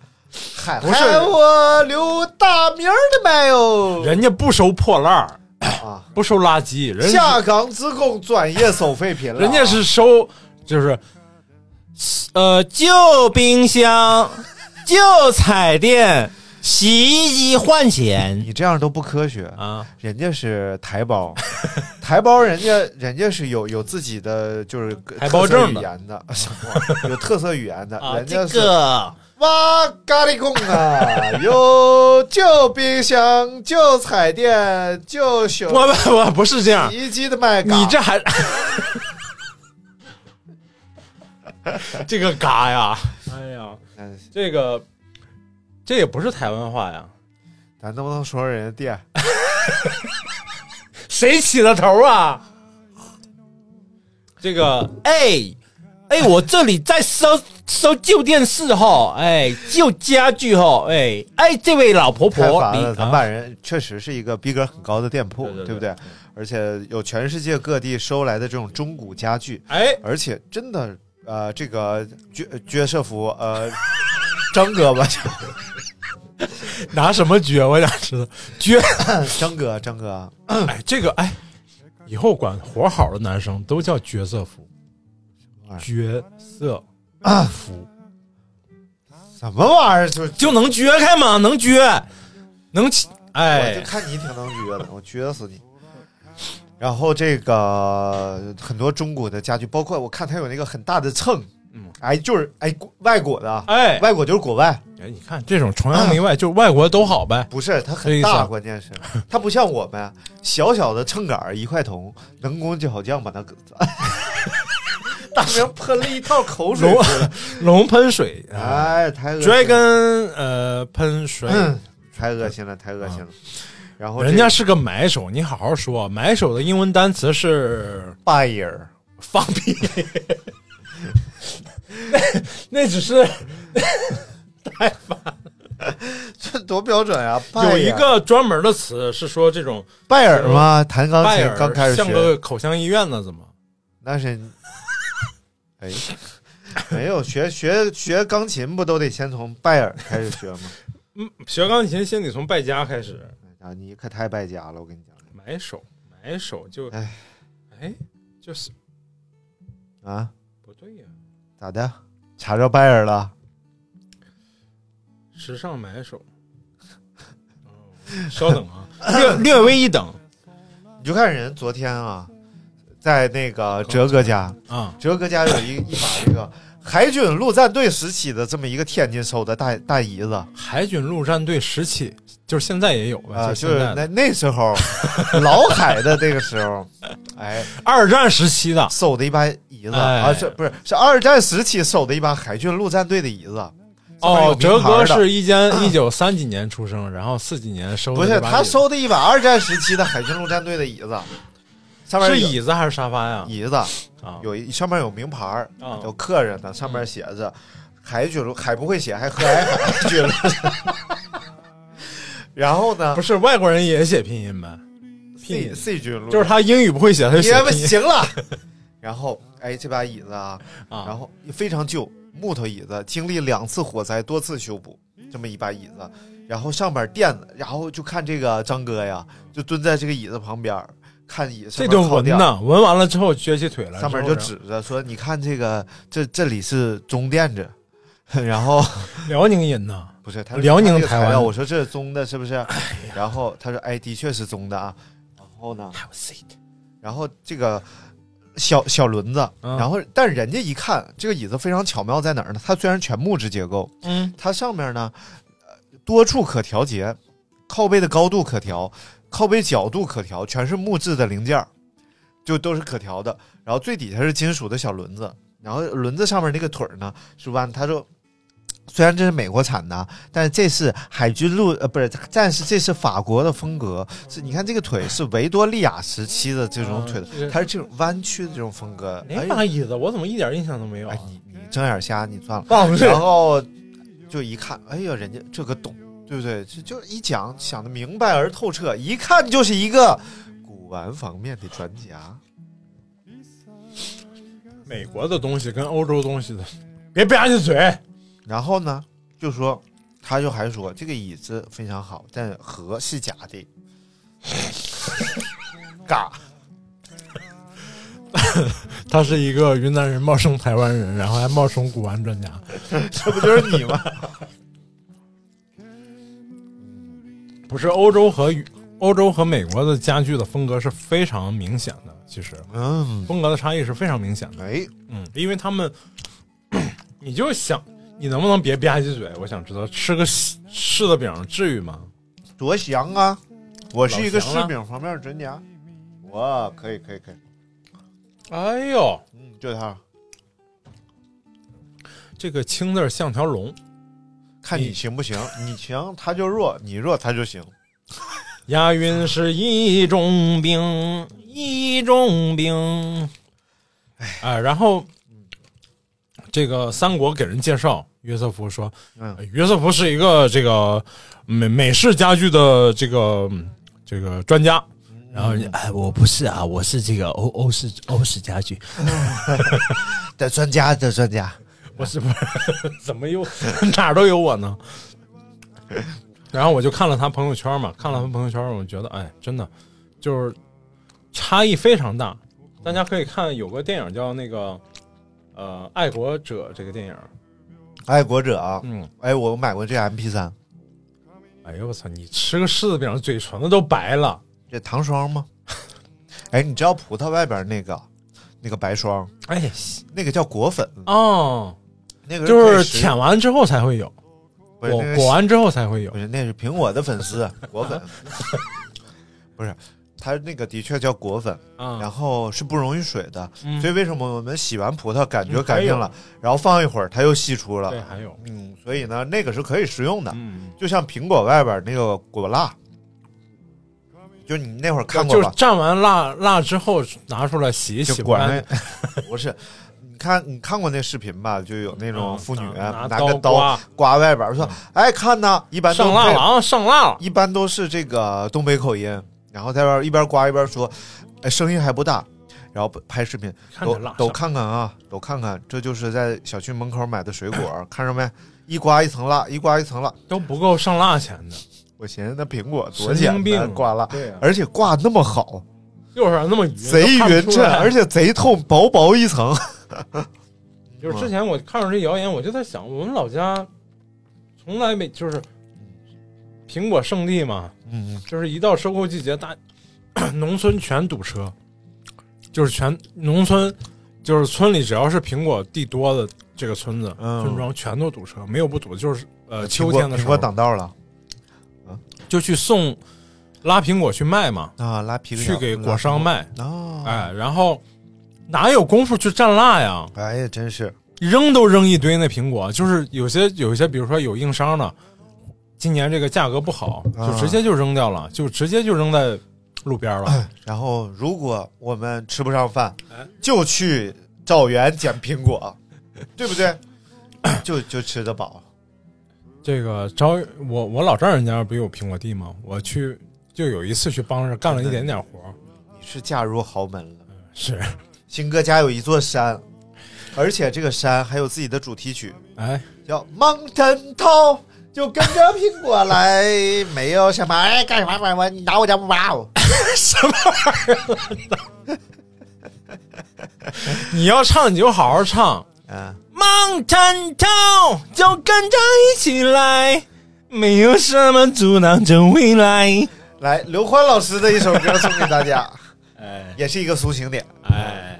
[SPEAKER 4] 嗨，
[SPEAKER 5] 不是
[SPEAKER 4] 喊我刘大明儿的没有
[SPEAKER 5] 人家不收破烂儿，
[SPEAKER 4] 啊，
[SPEAKER 5] 不收垃圾，人家
[SPEAKER 4] 下岗职工专业收废品了，
[SPEAKER 5] 人家是收就是呃旧冰箱、旧彩电、洗衣机换钱
[SPEAKER 4] 你这样都不科学，
[SPEAKER 5] 啊，
[SPEAKER 4] 人家是台胞， 台胞人家人家是有有自己的就是
[SPEAKER 5] 台胞证
[SPEAKER 4] 特色
[SPEAKER 5] 的
[SPEAKER 4] 语言的， 什么有特色语言的，
[SPEAKER 5] 啊
[SPEAKER 4] 人家是
[SPEAKER 5] 个
[SPEAKER 4] 哇咖喱贡 啊，有旧冰箱、旧彩电、旧小
[SPEAKER 5] 我我我不是这样
[SPEAKER 4] 洗，衣机的卖嘎，
[SPEAKER 5] 你这 还这个嘎呀！哎呀，
[SPEAKER 4] 嗯
[SPEAKER 5] 这个这也不是台湾话呀，
[SPEAKER 4] 咱能不能说说人家 店？
[SPEAKER 5] 谁起的头啊？这个哎哎，我这里在收收旧电视哈，哎旧家具哈，哎哎，这位老婆
[SPEAKER 4] 太
[SPEAKER 5] 婆，
[SPEAKER 4] 烦
[SPEAKER 5] 你
[SPEAKER 4] 了，咱
[SPEAKER 5] 啊
[SPEAKER 4] 们把人确实是一个逼格很高的店铺，
[SPEAKER 5] 对对对
[SPEAKER 4] 不对？而且有全世界各地收来的这种中古家具，
[SPEAKER 5] 哎
[SPEAKER 4] 而且真的，呃，这个约约瑟夫，呃，张哥吧，
[SPEAKER 5] 拿什么撅？我想知道撅。
[SPEAKER 4] 张哥，张哥，
[SPEAKER 5] 哎，这个哎，以后管活好的男生都叫角色服
[SPEAKER 4] 玩，意
[SPEAKER 5] 角色服、
[SPEAKER 4] 什么玩意儿？就
[SPEAKER 5] 就能撅开吗？能撅，能起
[SPEAKER 4] 我就
[SPEAKER 5] 哎，
[SPEAKER 4] 看你挺能撅的，我 撅死你。然后这个很多中国的家具，包括我看它有那个很大的秤，嗯，哎，就是哎外国的啊，
[SPEAKER 5] 哎
[SPEAKER 4] 外国就是国外，
[SPEAKER 5] 哎，你看这种崇洋媚外，就是外国都好呗。
[SPEAKER 4] 不是，它
[SPEAKER 5] 这
[SPEAKER 4] 很
[SPEAKER 5] 意思
[SPEAKER 4] 大，
[SPEAKER 5] 啊
[SPEAKER 4] 关键是它不像我们啊小小的秤杆儿一块铜，能工巧匠把它给。 大明喷了一套口水
[SPEAKER 5] 龙
[SPEAKER 4] 出来，
[SPEAKER 5] 龙喷水啊
[SPEAKER 4] 哎，太恶心了，
[SPEAKER 5] ，dragon 呃喷水，
[SPEAKER 4] 嗯太恶心了，太恶心了。然后
[SPEAKER 5] 啊人家
[SPEAKER 4] 是
[SPEAKER 5] 是个买手，你好好说，买手的英文单词是
[SPEAKER 4] buyer，
[SPEAKER 5] 放 屁，那那只是
[SPEAKER 4] 这多标准啊！
[SPEAKER 5] 有一
[SPEAKER 4] buyer
[SPEAKER 5] 个专门的词是说这种。
[SPEAKER 4] 拜耳吗？弹钢
[SPEAKER 5] 拜
[SPEAKER 4] 琴
[SPEAKER 5] 耳
[SPEAKER 4] 刚开始
[SPEAKER 5] 像
[SPEAKER 4] 学，
[SPEAKER 5] 个口腔医院呢，怎么？
[SPEAKER 4] 那是， 哎，没有学学学钢琴不都得先从拜耳开始 学吗？
[SPEAKER 5] 嗯，学钢琴先得从败家开始，
[SPEAKER 4] 啊，你可太败家了，我跟你讲
[SPEAKER 5] 买手买手就，
[SPEAKER 4] 哎
[SPEAKER 5] 哎，就是
[SPEAKER 4] 啊。
[SPEAKER 5] 不对呀、
[SPEAKER 4] 咋的？查着拜耳了？
[SPEAKER 5] 时尚哦买手。稍等啊，略略微一等。
[SPEAKER 4] 你就看人昨天啊，在那个哲哥家，
[SPEAKER 5] 啊，
[SPEAKER 4] 哲哥家有一一把这个海军陆战队时期的这么一个天津收的大大椅子啊、
[SPEAKER 5] 海军陆战队时期，就是现在也有吧？
[SPEAKER 4] 就
[SPEAKER 5] 就是现在的
[SPEAKER 4] 那那时候老海的那个时 候，哎，
[SPEAKER 5] 二战时期的，
[SPEAKER 4] 收啊的一把椅子、
[SPEAKER 5] 哎
[SPEAKER 4] 啊，是不是是二战时期收的一把海军陆战队的椅子？上面有
[SPEAKER 5] 哦，哲
[SPEAKER 4] 名牌
[SPEAKER 5] 哥
[SPEAKER 4] 的
[SPEAKER 5] 是一间 一九三几年出生，然后四几年收的
[SPEAKER 4] 不
[SPEAKER 5] 这
[SPEAKER 4] 是
[SPEAKER 5] 把
[SPEAKER 4] 他
[SPEAKER 5] 椅子
[SPEAKER 4] 收的一把二战时期的海军陆战队的椅子，上面
[SPEAKER 5] 是
[SPEAKER 4] 有
[SPEAKER 5] 椅子还是沙发呀？
[SPEAKER 4] 椅子
[SPEAKER 5] 啊，
[SPEAKER 4] 有一上面有名牌儿
[SPEAKER 5] 啊
[SPEAKER 4] 有刻着呢，上面写着海军陆海不会写，还和海海 军陆战。然后呢，
[SPEAKER 5] 不是外国人也写拼音呗？拼
[SPEAKER 4] C
[SPEAKER 5] 音
[SPEAKER 4] C 军陆，
[SPEAKER 5] 就是他英语不会写，他就写
[SPEAKER 4] 爷们
[SPEAKER 5] 拼音
[SPEAKER 4] 行了。然后，哎，这把椅子啊，
[SPEAKER 5] 啊。
[SPEAKER 4] 然后非常旧，木头椅子，经历两次火灾，多次修补，这么一把椅子，然后上边垫子，然后就看这个张哥呀，就蹲在这个椅子旁边儿看椅子上
[SPEAKER 5] 这
[SPEAKER 4] 面
[SPEAKER 5] 顿
[SPEAKER 4] 靠
[SPEAKER 5] 闻
[SPEAKER 4] 垫儿，
[SPEAKER 5] 呐，闻完了之后撅起腿来，
[SPEAKER 4] 上面就指着说：“你看这个，这这里是中甸子。” 然 后
[SPEAKER 5] 辽宁人呐，
[SPEAKER 4] 不是他
[SPEAKER 5] 辽宁
[SPEAKER 4] 他这个材料
[SPEAKER 5] 台湾哎
[SPEAKER 4] 我说这是棕的，是不是？然后他说：“哎，的确是棕的啊。”然后呢？然后这个小小轮子，
[SPEAKER 5] 嗯
[SPEAKER 4] 然后但人家一看这个椅子非常巧妙在哪儿呢？它虽然全木质结构，
[SPEAKER 5] 嗯，
[SPEAKER 4] 它上面呢呃多处可调节，靠背的高度可调，靠背角度可调，全是木质的零件儿，就都是可调的。然后最底下是金属的小轮子，然后轮子上面那个腿儿呢是弯的，它说。虽然这是美国产的，但是这是海军陆呃不是，但是这是法国的风格。是你看这个腿是维多利亚时期的这种腿的
[SPEAKER 5] 啊这，
[SPEAKER 4] 它是这种弯曲的这种风格。哎
[SPEAKER 5] 那把椅子我怎么一点印象都没有啊
[SPEAKER 4] 哎，？你你睁眼瞎，你算了。
[SPEAKER 5] 爸不是
[SPEAKER 4] 然后就一看，哎呀，人家这个懂，对不对？就就一讲想的明白而透彻，一看就是一个古玩方面的专家。
[SPEAKER 5] 美国的东西跟欧洲东西的，别吧唧嘴。
[SPEAKER 4] 然后呢，就说他就还说这个椅子非常好，但盒是假的，嘎。
[SPEAKER 5] 他是一个云南人冒充台湾人，然后还冒充古玩专家。
[SPEAKER 4] 这不就是你吗？
[SPEAKER 5] 不是欧洲和欧洲和美国的家具的风格是非常明显的，其实
[SPEAKER 4] 嗯，
[SPEAKER 5] 风格的差异是非常明显的。
[SPEAKER 4] 哎，
[SPEAKER 5] 嗯，因为他们， 你就想，你能不能别吧唧嘴？我想知道，吃个西柿子饼至于吗？
[SPEAKER 4] 多香啊！我是一个
[SPEAKER 5] 老香了
[SPEAKER 4] 柿饼方面的专家。哇，可以可以可以，
[SPEAKER 5] 哎呦，
[SPEAKER 4] 嗯，就他。
[SPEAKER 5] 这个青字儿像条龙，
[SPEAKER 4] 看你行不行，你行他就弱，你弱他就行。
[SPEAKER 5] 押韵是一种病，一种病。哎，然后这个三国给人介绍，约瑟夫说，
[SPEAKER 4] 嗯
[SPEAKER 5] 呃约瑟夫是一个这个美美式家具的这个嗯这个专家。然后，哎，我不是啊，我是这个欧欧式欧式家具，
[SPEAKER 4] 的专家，的专家，
[SPEAKER 5] 我是不是怎么有哪儿都有我呢？ 然后我就看了他朋友圈嘛，看了他朋友圈，我觉得哎，真的就是差异非常大。大家可以看有个电影叫那个呃《爱国者》这个电影，
[SPEAKER 4] 爱国者啊！
[SPEAKER 5] 嗯，
[SPEAKER 4] 哎，我买过这 MP 三，
[SPEAKER 5] 哎呦我操，你吃个柿子饼，嘴唇子都白了。
[SPEAKER 4] 这糖霜吗？ 哎，你知道葡萄外边那个那个白霜，
[SPEAKER 5] 哎呀，
[SPEAKER 4] 那个叫果粉，
[SPEAKER 5] 哦，
[SPEAKER 4] 那个
[SPEAKER 5] 就是
[SPEAKER 4] 可以食
[SPEAKER 5] 舔完之后才会有，
[SPEAKER 4] 不
[SPEAKER 5] 裹
[SPEAKER 4] 是那个
[SPEAKER 5] 裹完之后才会有
[SPEAKER 4] 不。是那是苹果的粉丝，果粉 不是，它那个的确叫果粉，然
[SPEAKER 5] 啊，
[SPEAKER 4] 后是不溶于水的，
[SPEAKER 5] 嗯
[SPEAKER 4] 所以为什么我们洗完葡萄感觉
[SPEAKER 5] 嗯还
[SPEAKER 4] 干
[SPEAKER 5] 有
[SPEAKER 4] 净了，然后放一会儿它又析出
[SPEAKER 5] 对，
[SPEAKER 4] 了，
[SPEAKER 5] 还有，
[SPEAKER 4] 嗯，所以呢，那个是可以食用的，
[SPEAKER 5] 嗯，
[SPEAKER 4] 就像苹果外边那个果蜡，就你那会儿看过
[SPEAKER 5] 就是
[SPEAKER 4] 吧？
[SPEAKER 5] 蘸完辣辣之后拿出来洗一
[SPEAKER 4] 就
[SPEAKER 5] 洗，
[SPEAKER 4] 果
[SPEAKER 5] 完
[SPEAKER 4] 那不是，你看你看过那视频吧？就有那种
[SPEAKER 5] 嗯
[SPEAKER 4] 妇女啊
[SPEAKER 5] 拿拿
[SPEAKER 4] 个
[SPEAKER 5] 刀
[SPEAKER 4] 刀
[SPEAKER 5] 刮嗯
[SPEAKER 4] 刮外边儿，说：“哎，看呐，一般都
[SPEAKER 5] 上辣
[SPEAKER 4] 配
[SPEAKER 5] 了啊，上辣了。
[SPEAKER 4] 一般都是这个东北口音，然后在外边一边刮一边说，哎，声音还不大，然后拍视频，
[SPEAKER 5] 看着
[SPEAKER 4] 都
[SPEAKER 5] 辣
[SPEAKER 4] 都
[SPEAKER 5] 上
[SPEAKER 4] 看看啊，都看看，这就是在小区门口买的水果，看着没？一刮一层蜡，一刮一层蜡。
[SPEAKER 5] 都不够上辣钱的，
[SPEAKER 4] 我寻思那苹果多
[SPEAKER 5] 神
[SPEAKER 4] 简
[SPEAKER 5] 经
[SPEAKER 4] 单，
[SPEAKER 5] 病
[SPEAKER 4] 刮蜡，
[SPEAKER 5] 对啊
[SPEAKER 4] 而且挂那么好，
[SPEAKER 5] 就是那么匀，
[SPEAKER 4] 贼
[SPEAKER 5] 都看不
[SPEAKER 4] 匀
[SPEAKER 5] 出
[SPEAKER 4] 称，
[SPEAKER 5] 来
[SPEAKER 4] 而且贼透，薄薄一层。嗯
[SPEAKER 5] 就是之前我看到这谣言，我就在想，我们老家从来没就是苹果圣地嘛，
[SPEAKER 4] 嗯，
[SPEAKER 5] 就是一到收购季节，大 农村全堵车，就是全农村，就是村里只要是苹果地多的这个村子、
[SPEAKER 4] 嗯
[SPEAKER 5] 村庄全都堵车，没有不堵，就是呃
[SPEAKER 4] 苹
[SPEAKER 5] 秋
[SPEAKER 4] 果
[SPEAKER 5] 天的时
[SPEAKER 4] 苹果
[SPEAKER 5] 候
[SPEAKER 4] 挡道了
[SPEAKER 5] 就去送拉苹果去卖嘛，
[SPEAKER 4] 啊，拉皮
[SPEAKER 5] 去给果商卖，
[SPEAKER 4] 啊，
[SPEAKER 5] 哎，然后哪有功夫去蘸辣呀？
[SPEAKER 4] 哎呀，真是
[SPEAKER 5] 扔都扔一堆那苹果，就是有些有些，比如说有硬伤的，今年这个价格不好，
[SPEAKER 4] 啊
[SPEAKER 5] 就直接就扔掉了，就直接就扔在路边了。
[SPEAKER 4] 然后，如果我们吃不上饭，
[SPEAKER 5] 哎
[SPEAKER 4] 就去枣园捡苹 果，对不对？就就吃得饱。
[SPEAKER 5] 这个招我我老丈人家不有苹果地吗？我去就有一次去帮着干了一点点活儿，
[SPEAKER 4] 你是嫁入豪门了，
[SPEAKER 5] 是
[SPEAKER 4] 新哥家有一座山，而且这个山还有自己的主题曲，
[SPEAKER 5] 哎，
[SPEAKER 4] 叫《Mountain Top》，就跟着苹果来，没有什么哎干什么玩意儿，你拿我家不拿我。
[SPEAKER 5] 你要唱你就好好唱。
[SPEAKER 4] 嗯，
[SPEAKER 5] Mountain Town 就跟着一起来，没有什么阻挡着未来。
[SPEAKER 4] 来，刘欢老师的一首歌送给大家，哎，也是一个抒情点。
[SPEAKER 5] 哎，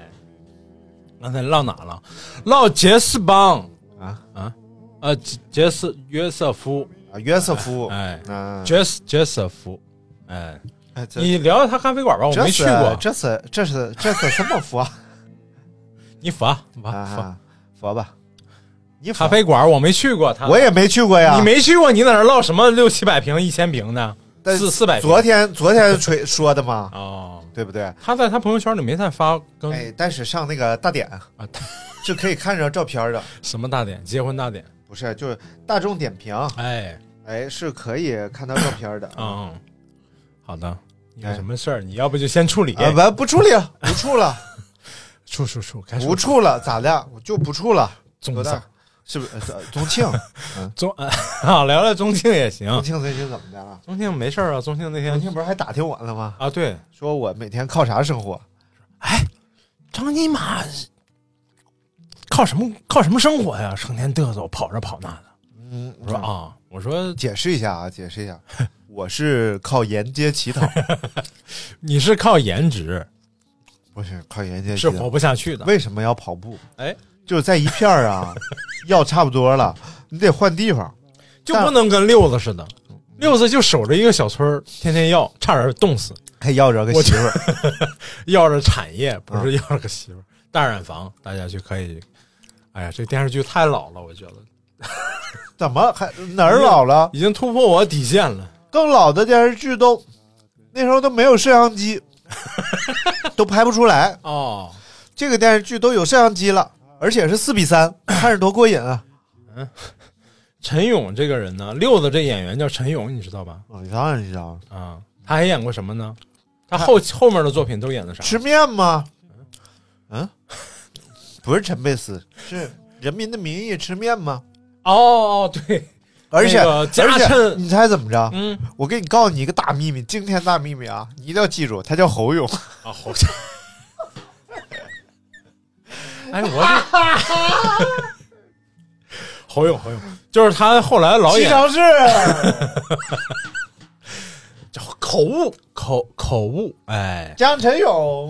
[SPEAKER 5] 刚才唠哪了？唠杰斯邦
[SPEAKER 4] 啊
[SPEAKER 5] 啊啊！杰杰斯约瑟夫，
[SPEAKER 4] 啊，约瑟夫，
[SPEAKER 5] 哎
[SPEAKER 4] 嗯，
[SPEAKER 5] 杰斯杰瑟夫，哎，
[SPEAKER 4] 哎这
[SPEAKER 5] 你聊聊他咖啡馆吧，我
[SPEAKER 4] 这
[SPEAKER 5] 没
[SPEAKER 4] 是啊
[SPEAKER 5] 去过。
[SPEAKER 4] 这是这是这是什么佛
[SPEAKER 5] 你罚罚罚，
[SPEAKER 4] 啊？佛吧，你佛
[SPEAKER 5] 咖啡馆我没去过，他
[SPEAKER 4] 我也啊没去过呀。
[SPEAKER 5] 你没去过，你在那儿唠什么六七百平、一千平的？
[SPEAKER 4] 但
[SPEAKER 5] 四四百平
[SPEAKER 4] 昨天昨天 吹说的嘛，
[SPEAKER 5] 哦，
[SPEAKER 4] 对不对？
[SPEAKER 5] 他在他朋友圈里没太发更
[SPEAKER 4] 哎，但是上那个大典
[SPEAKER 5] 啊 大
[SPEAKER 4] 就可以看着照片的，
[SPEAKER 5] 什么大典，结婚大典，
[SPEAKER 4] 不是就是大众点评，
[SPEAKER 5] 哎，
[SPEAKER 4] 哎，是可以看到照片的啊。
[SPEAKER 5] 嗯，好的。你有什么事儿？你要哎啊不就先处理，
[SPEAKER 4] 完不处理了，不处 了，
[SPEAKER 5] 处处处，开始
[SPEAKER 4] 不处了，咋的？我就不处了。
[SPEAKER 5] 总
[SPEAKER 4] 多
[SPEAKER 5] 裁
[SPEAKER 4] 大？是不是呃宗 庆？
[SPEAKER 5] 中啊，聊聊宗庆也行。
[SPEAKER 4] 宗庆最近怎么的 了？
[SPEAKER 5] 宗庆没事儿啊，宗庆那
[SPEAKER 4] 宗
[SPEAKER 5] 天
[SPEAKER 4] 庆不是还打听我呢吗？
[SPEAKER 5] 啊，对，
[SPEAKER 4] 说我每天靠啥生活？
[SPEAKER 5] 张金马靠什么靠什么生活呀？成天嘚瑟，跑这跑那的。
[SPEAKER 4] 嗯，
[SPEAKER 5] 我说啊，我说
[SPEAKER 4] 解释一下啊，解 释一下，我是靠沿街乞讨，
[SPEAKER 5] 你是靠颜值
[SPEAKER 4] 不是靠沿街乞
[SPEAKER 5] 是活
[SPEAKER 4] 讨。
[SPEAKER 5] 不下去的。
[SPEAKER 4] 为什么要跑步？
[SPEAKER 5] 哎，
[SPEAKER 4] 就是在一片儿 啊，药差不多了，你得换地方。
[SPEAKER 5] 就不能跟六子似的，六子就守着一个小村儿，天天要，差点冻死，
[SPEAKER 4] 还要着个媳妇儿，
[SPEAKER 5] 要着产业，不是要着个媳妇儿。大染坊，大家去可以。哎呀，这电视剧太老了，我觉得
[SPEAKER 4] 怎么还哪儿老了？
[SPEAKER 5] 已经突破我底线了。
[SPEAKER 4] 更老的电视剧都那时候都没有摄像机， 都拍不出来。
[SPEAKER 5] 哦，
[SPEAKER 4] 这个电视剧都有摄像机了，而且是四比三，看着多过瘾啊！
[SPEAKER 5] 陈勇这个人呢，六子这演员叫陈勇，你知道吧？
[SPEAKER 4] 我哦当然知道，
[SPEAKER 5] 啊，他还演过什么呢？他后后面的作品都演的啥？
[SPEAKER 4] 吃面吗？嗯， 不是陈佩斯，是《人民的名义》吃面吗？
[SPEAKER 5] 哦哦，对，
[SPEAKER 4] 而且、
[SPEAKER 5] 那个加
[SPEAKER 4] 而且，
[SPEAKER 5] 称
[SPEAKER 4] 你猜怎么着？
[SPEAKER 5] 嗯
[SPEAKER 4] 我给你告诉你一个大秘密，惊天大秘密啊！你一定要记住，他叫侯勇。
[SPEAKER 5] 啊，好像。 哎，我这 侯勇，侯勇，就是他后来老
[SPEAKER 4] 西
[SPEAKER 5] 演
[SPEAKER 4] 城市，
[SPEAKER 5] 口误，口口误，哎，
[SPEAKER 4] 江晨勇，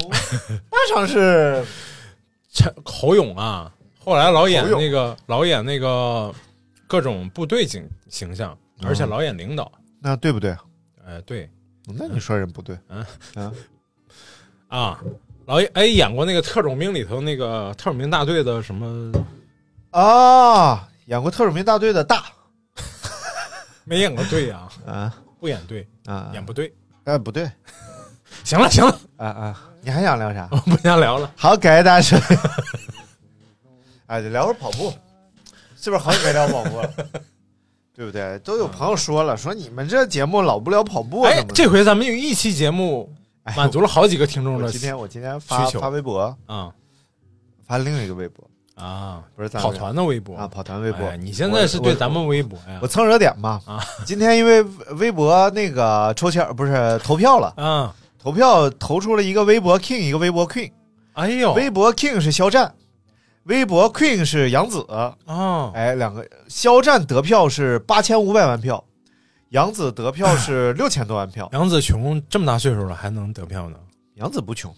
[SPEAKER 4] 大城市，
[SPEAKER 5] 陈侯勇啊，后来老演
[SPEAKER 4] 侯勇
[SPEAKER 5] 那个老演那个各种部队形形象，而
[SPEAKER 4] 嗯
[SPEAKER 5] 且老演领导，
[SPEAKER 4] 那对不对？
[SPEAKER 5] 哎，对，
[SPEAKER 4] 那你说人不对，
[SPEAKER 5] 嗯啊，老演哎演过那个特种兵里头那个特种兵大队的什么
[SPEAKER 4] 啊，演过特种兵大队的大
[SPEAKER 5] 没演过队啊，
[SPEAKER 4] 啊
[SPEAKER 5] 不演队，
[SPEAKER 4] 啊，
[SPEAKER 5] 演部队。
[SPEAKER 4] 哎不对
[SPEAKER 5] 行了行了，
[SPEAKER 4] 啊啊，你还想聊啥？
[SPEAKER 5] 我不想聊了。
[SPEAKER 4] 好，感谢大家收听。 哎，聊会儿跑步，是不是好久没聊跑步 了？对不对？都有朋友说了，说你们这节目老不聊跑步，
[SPEAKER 5] 哎
[SPEAKER 4] 怎，么
[SPEAKER 5] 这回咱们有一期节目
[SPEAKER 4] 哎
[SPEAKER 5] 满足了好几个听众
[SPEAKER 4] 我
[SPEAKER 5] 的
[SPEAKER 4] 今天我今天发
[SPEAKER 5] 需求
[SPEAKER 4] 发微博，
[SPEAKER 5] 啊
[SPEAKER 4] 发另一个微博，
[SPEAKER 5] 啊，
[SPEAKER 4] 不是咱们
[SPEAKER 5] 跑团的微博
[SPEAKER 4] 啊，跑团微博。
[SPEAKER 5] 哎你现在是对咱们微博呀
[SPEAKER 4] 我？蹭热点嘛？
[SPEAKER 5] 啊
[SPEAKER 4] 今天因为微博那个抽签不是投票了，
[SPEAKER 5] 啊，
[SPEAKER 4] 投票投出了一个微博 king，一个微博 queen。
[SPEAKER 5] 哎呦
[SPEAKER 4] 微博 king 是肖战，微博 queen 是杨紫。
[SPEAKER 5] 啊，
[SPEAKER 4] 哎，两个肖战得票是八千五百万票，杨紫得票是 六千多万票，
[SPEAKER 5] 杨紫琼这么大岁数了还能得票呢？
[SPEAKER 4] 杨紫不穷，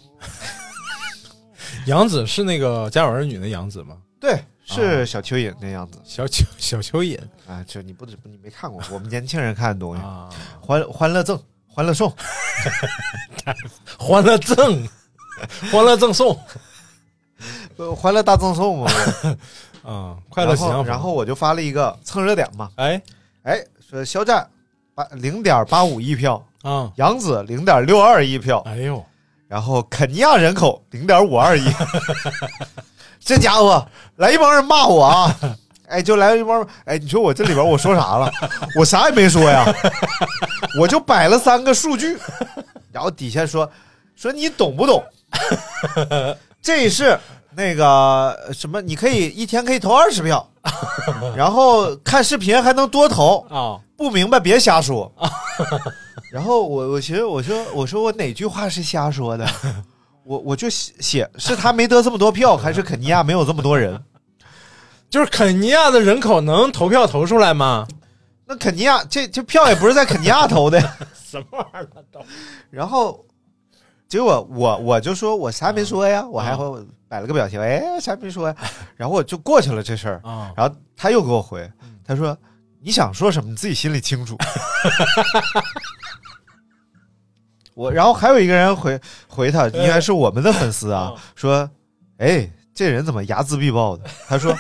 [SPEAKER 5] 杨紫是那个《家有儿女》的杨紫吗？
[SPEAKER 4] 对，是小蚯蚓那样子
[SPEAKER 5] 小蚯小蚯蚓
[SPEAKER 4] 啊，就你不你没看过，我们年轻人看的东西，
[SPEAKER 5] 啊，
[SPEAKER 4] 欢欢乐赠、欢乐颂，
[SPEAKER 5] 欢乐赠，欢乐赠送
[SPEAKER 4] 呃欢乐大赠送 嘛，我
[SPEAKER 5] 啊，快乐喜
[SPEAKER 4] 然后
[SPEAKER 5] 洋房
[SPEAKER 4] 然后我就发了一个蹭热点嘛，
[SPEAKER 5] 哎
[SPEAKER 4] 哎，说肖战八零点八五亿票，
[SPEAKER 5] 啊，
[SPEAKER 4] 杨紫零点六二亿票，
[SPEAKER 5] 哎呦，
[SPEAKER 4] 然后肯尼亚人口零点五二亿，这家伙来一帮人骂我啊！哎，就来一帮人哎，你说我这里边我说啥了？我啥也没说呀，我就摆了三个数据，然后底下说说你懂不懂？这是那个什么，你可以一天可以投二十票，然后看视频还能多投，
[SPEAKER 5] 啊
[SPEAKER 4] 不明白别瞎说。然后我我寻思我说我说我哪句话是瞎说的？ 我我就写写是他没得这么多票，还是肯尼亚没有这么多人？
[SPEAKER 5] 就是肯尼亚的人口能投票投出来吗？
[SPEAKER 4] 那肯尼亚这这票也不是在肯尼亚投的。
[SPEAKER 5] 什么玩意儿都
[SPEAKER 4] 然后结果我我就说我啥也没说呀，我还会摆了个表情，哎啥也没说呀。然后我就过去了这事儿。
[SPEAKER 5] 啊
[SPEAKER 4] 然后他又给我回，他说你想说什么你自己心里清楚。 我然后还有一个人回回他，应该是我们的粉丝啊，说，哎，这人怎么睚眦必报的？他说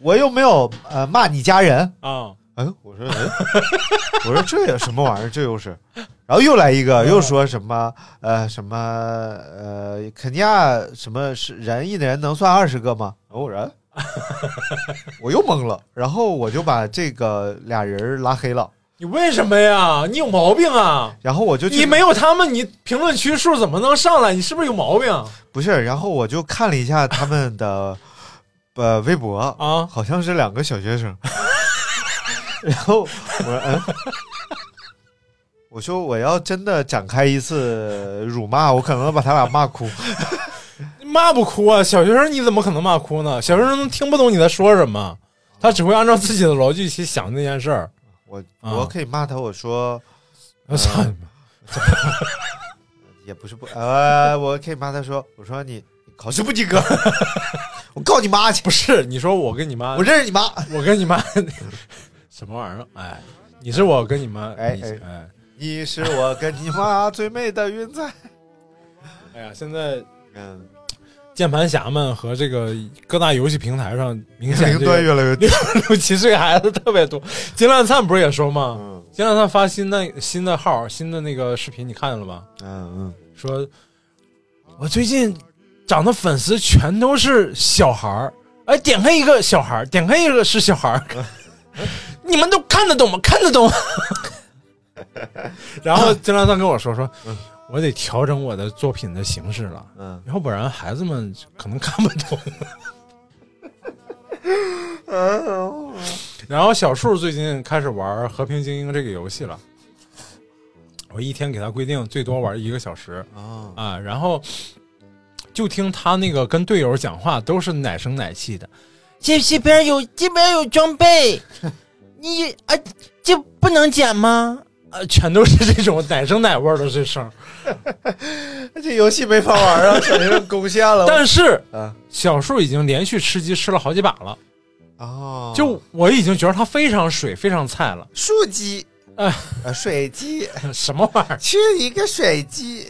[SPEAKER 4] 我又没有呃骂你家人。
[SPEAKER 5] 啊
[SPEAKER 4] 哎，我说，哎我说这有什么玩意儿？这又是，然后又来一个，又说什么呃什么呃肯尼亚什么是人一人能算二十个吗？哦，人， 我又懵了，然后我就把这个俩人拉黑了，
[SPEAKER 5] 你为什么呀？你有毛病啊！
[SPEAKER 4] 然后我就去
[SPEAKER 5] 你没有他们，你评论区数怎么能上来？你是不是有毛病啊
[SPEAKER 4] 不是，然后我就看了一下他们的呃微博
[SPEAKER 5] 啊？
[SPEAKER 4] 好像是两个小学生。 然后我说，嗯，我说我要真的展开一次辱骂，我可能把他俩骂哭。
[SPEAKER 5] 骂不哭啊？小学生你怎么可能骂哭呢？小学生听不懂你在说什么，他只会按照自己的逻辑去想那件事儿。
[SPEAKER 4] 我
[SPEAKER 5] 啊
[SPEAKER 4] 我可以骂他，我说
[SPEAKER 5] 我操你妈！
[SPEAKER 4] 也不是不，呃，我可以骂他说，我说你你考试不及格， 我告你妈去，
[SPEAKER 5] 不是，你说我跟你妈，
[SPEAKER 4] 我认识你妈。
[SPEAKER 5] 我跟你妈什么玩意儿？ 哎，你是我跟你妈，
[SPEAKER 4] 哎
[SPEAKER 5] 你
[SPEAKER 4] 哎
[SPEAKER 5] 哎，
[SPEAKER 4] 你是我跟你妈最美的云彩。
[SPEAKER 5] 哎呀，现在
[SPEAKER 4] 嗯，
[SPEAKER 5] 键盘侠们和这个各大游戏平台上 明显
[SPEAKER 4] 零
[SPEAKER 5] 这
[SPEAKER 4] 端
[SPEAKER 5] 个
[SPEAKER 4] 越来越低。
[SPEAKER 5] 六七岁孩子特别多。金烂灿不是也说吗？
[SPEAKER 4] 嗯
[SPEAKER 5] 金烂灿发新的新的号新的那个视频，你看见了吧？
[SPEAKER 4] 嗯
[SPEAKER 5] 说，我最近涨的粉丝全都是小孩儿，哎，点开一个小孩儿，点开一个是小孩儿，你们都看得懂吗？看得懂吗。然后金良三跟我说说，我得调整我的作品的形式了，
[SPEAKER 4] 嗯
[SPEAKER 5] 要不然孩子们可能看不懂。 然后小树最近开始玩《和平精英》这个游戏了，我一天给他规定最多玩一个小时，
[SPEAKER 4] 嗯啊
[SPEAKER 5] 啊，然后就听他那个跟队友讲话都是奶声奶气的，这这边有这边有装备，你啊这不能捡吗？呃，全都是这种奶声奶味儿的这声儿，
[SPEAKER 4] 这游戏没法玩啊，小学生攻陷了。
[SPEAKER 5] 但是
[SPEAKER 4] 啊
[SPEAKER 5] 小树已经连续吃鸡吃了好几把了，
[SPEAKER 4] 哦，
[SPEAKER 5] 就我已经觉得他非常水，非常菜了，
[SPEAKER 4] 树鸡
[SPEAKER 5] 啊
[SPEAKER 4] 呃水鸡，
[SPEAKER 5] 什么玩意儿？
[SPEAKER 4] 吃一个水鸡。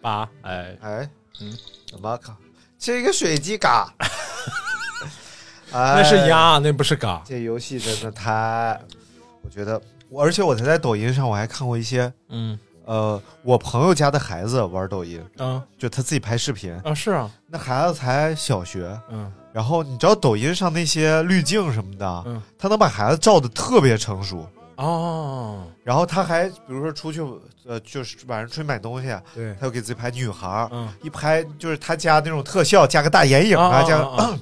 [SPEAKER 5] 爸，哎，
[SPEAKER 4] 哎，
[SPEAKER 5] 嗯
[SPEAKER 4] 嗯，怎么靠？吃一个水鸡嘎。
[SPEAKER 5] 那
[SPEAKER 4] 那
[SPEAKER 5] 是。鸭，那不是嘎
[SPEAKER 4] 这游戏真的太，我觉得我，而且我才在抖音上我还看过一些，
[SPEAKER 5] 嗯
[SPEAKER 4] 呃，我朋友家的孩子玩抖音，
[SPEAKER 5] 啊
[SPEAKER 4] 就他自己拍视频，
[SPEAKER 5] 啊是啊，
[SPEAKER 4] 那孩子才小学，
[SPEAKER 5] 嗯
[SPEAKER 4] 然后你知道抖音上那些滤镜什么的，
[SPEAKER 5] 嗯
[SPEAKER 4] 他能把孩子照的特别成熟。
[SPEAKER 5] 哦，
[SPEAKER 4] 然后他还比如说出去，呃，就是晚上出去买东西，
[SPEAKER 5] 对
[SPEAKER 4] 他，就给自己拍女孩儿，
[SPEAKER 5] 嗯
[SPEAKER 4] 一拍就是他加那种特效，加个大眼影啊，
[SPEAKER 5] 啊
[SPEAKER 4] 加个、
[SPEAKER 5] 啊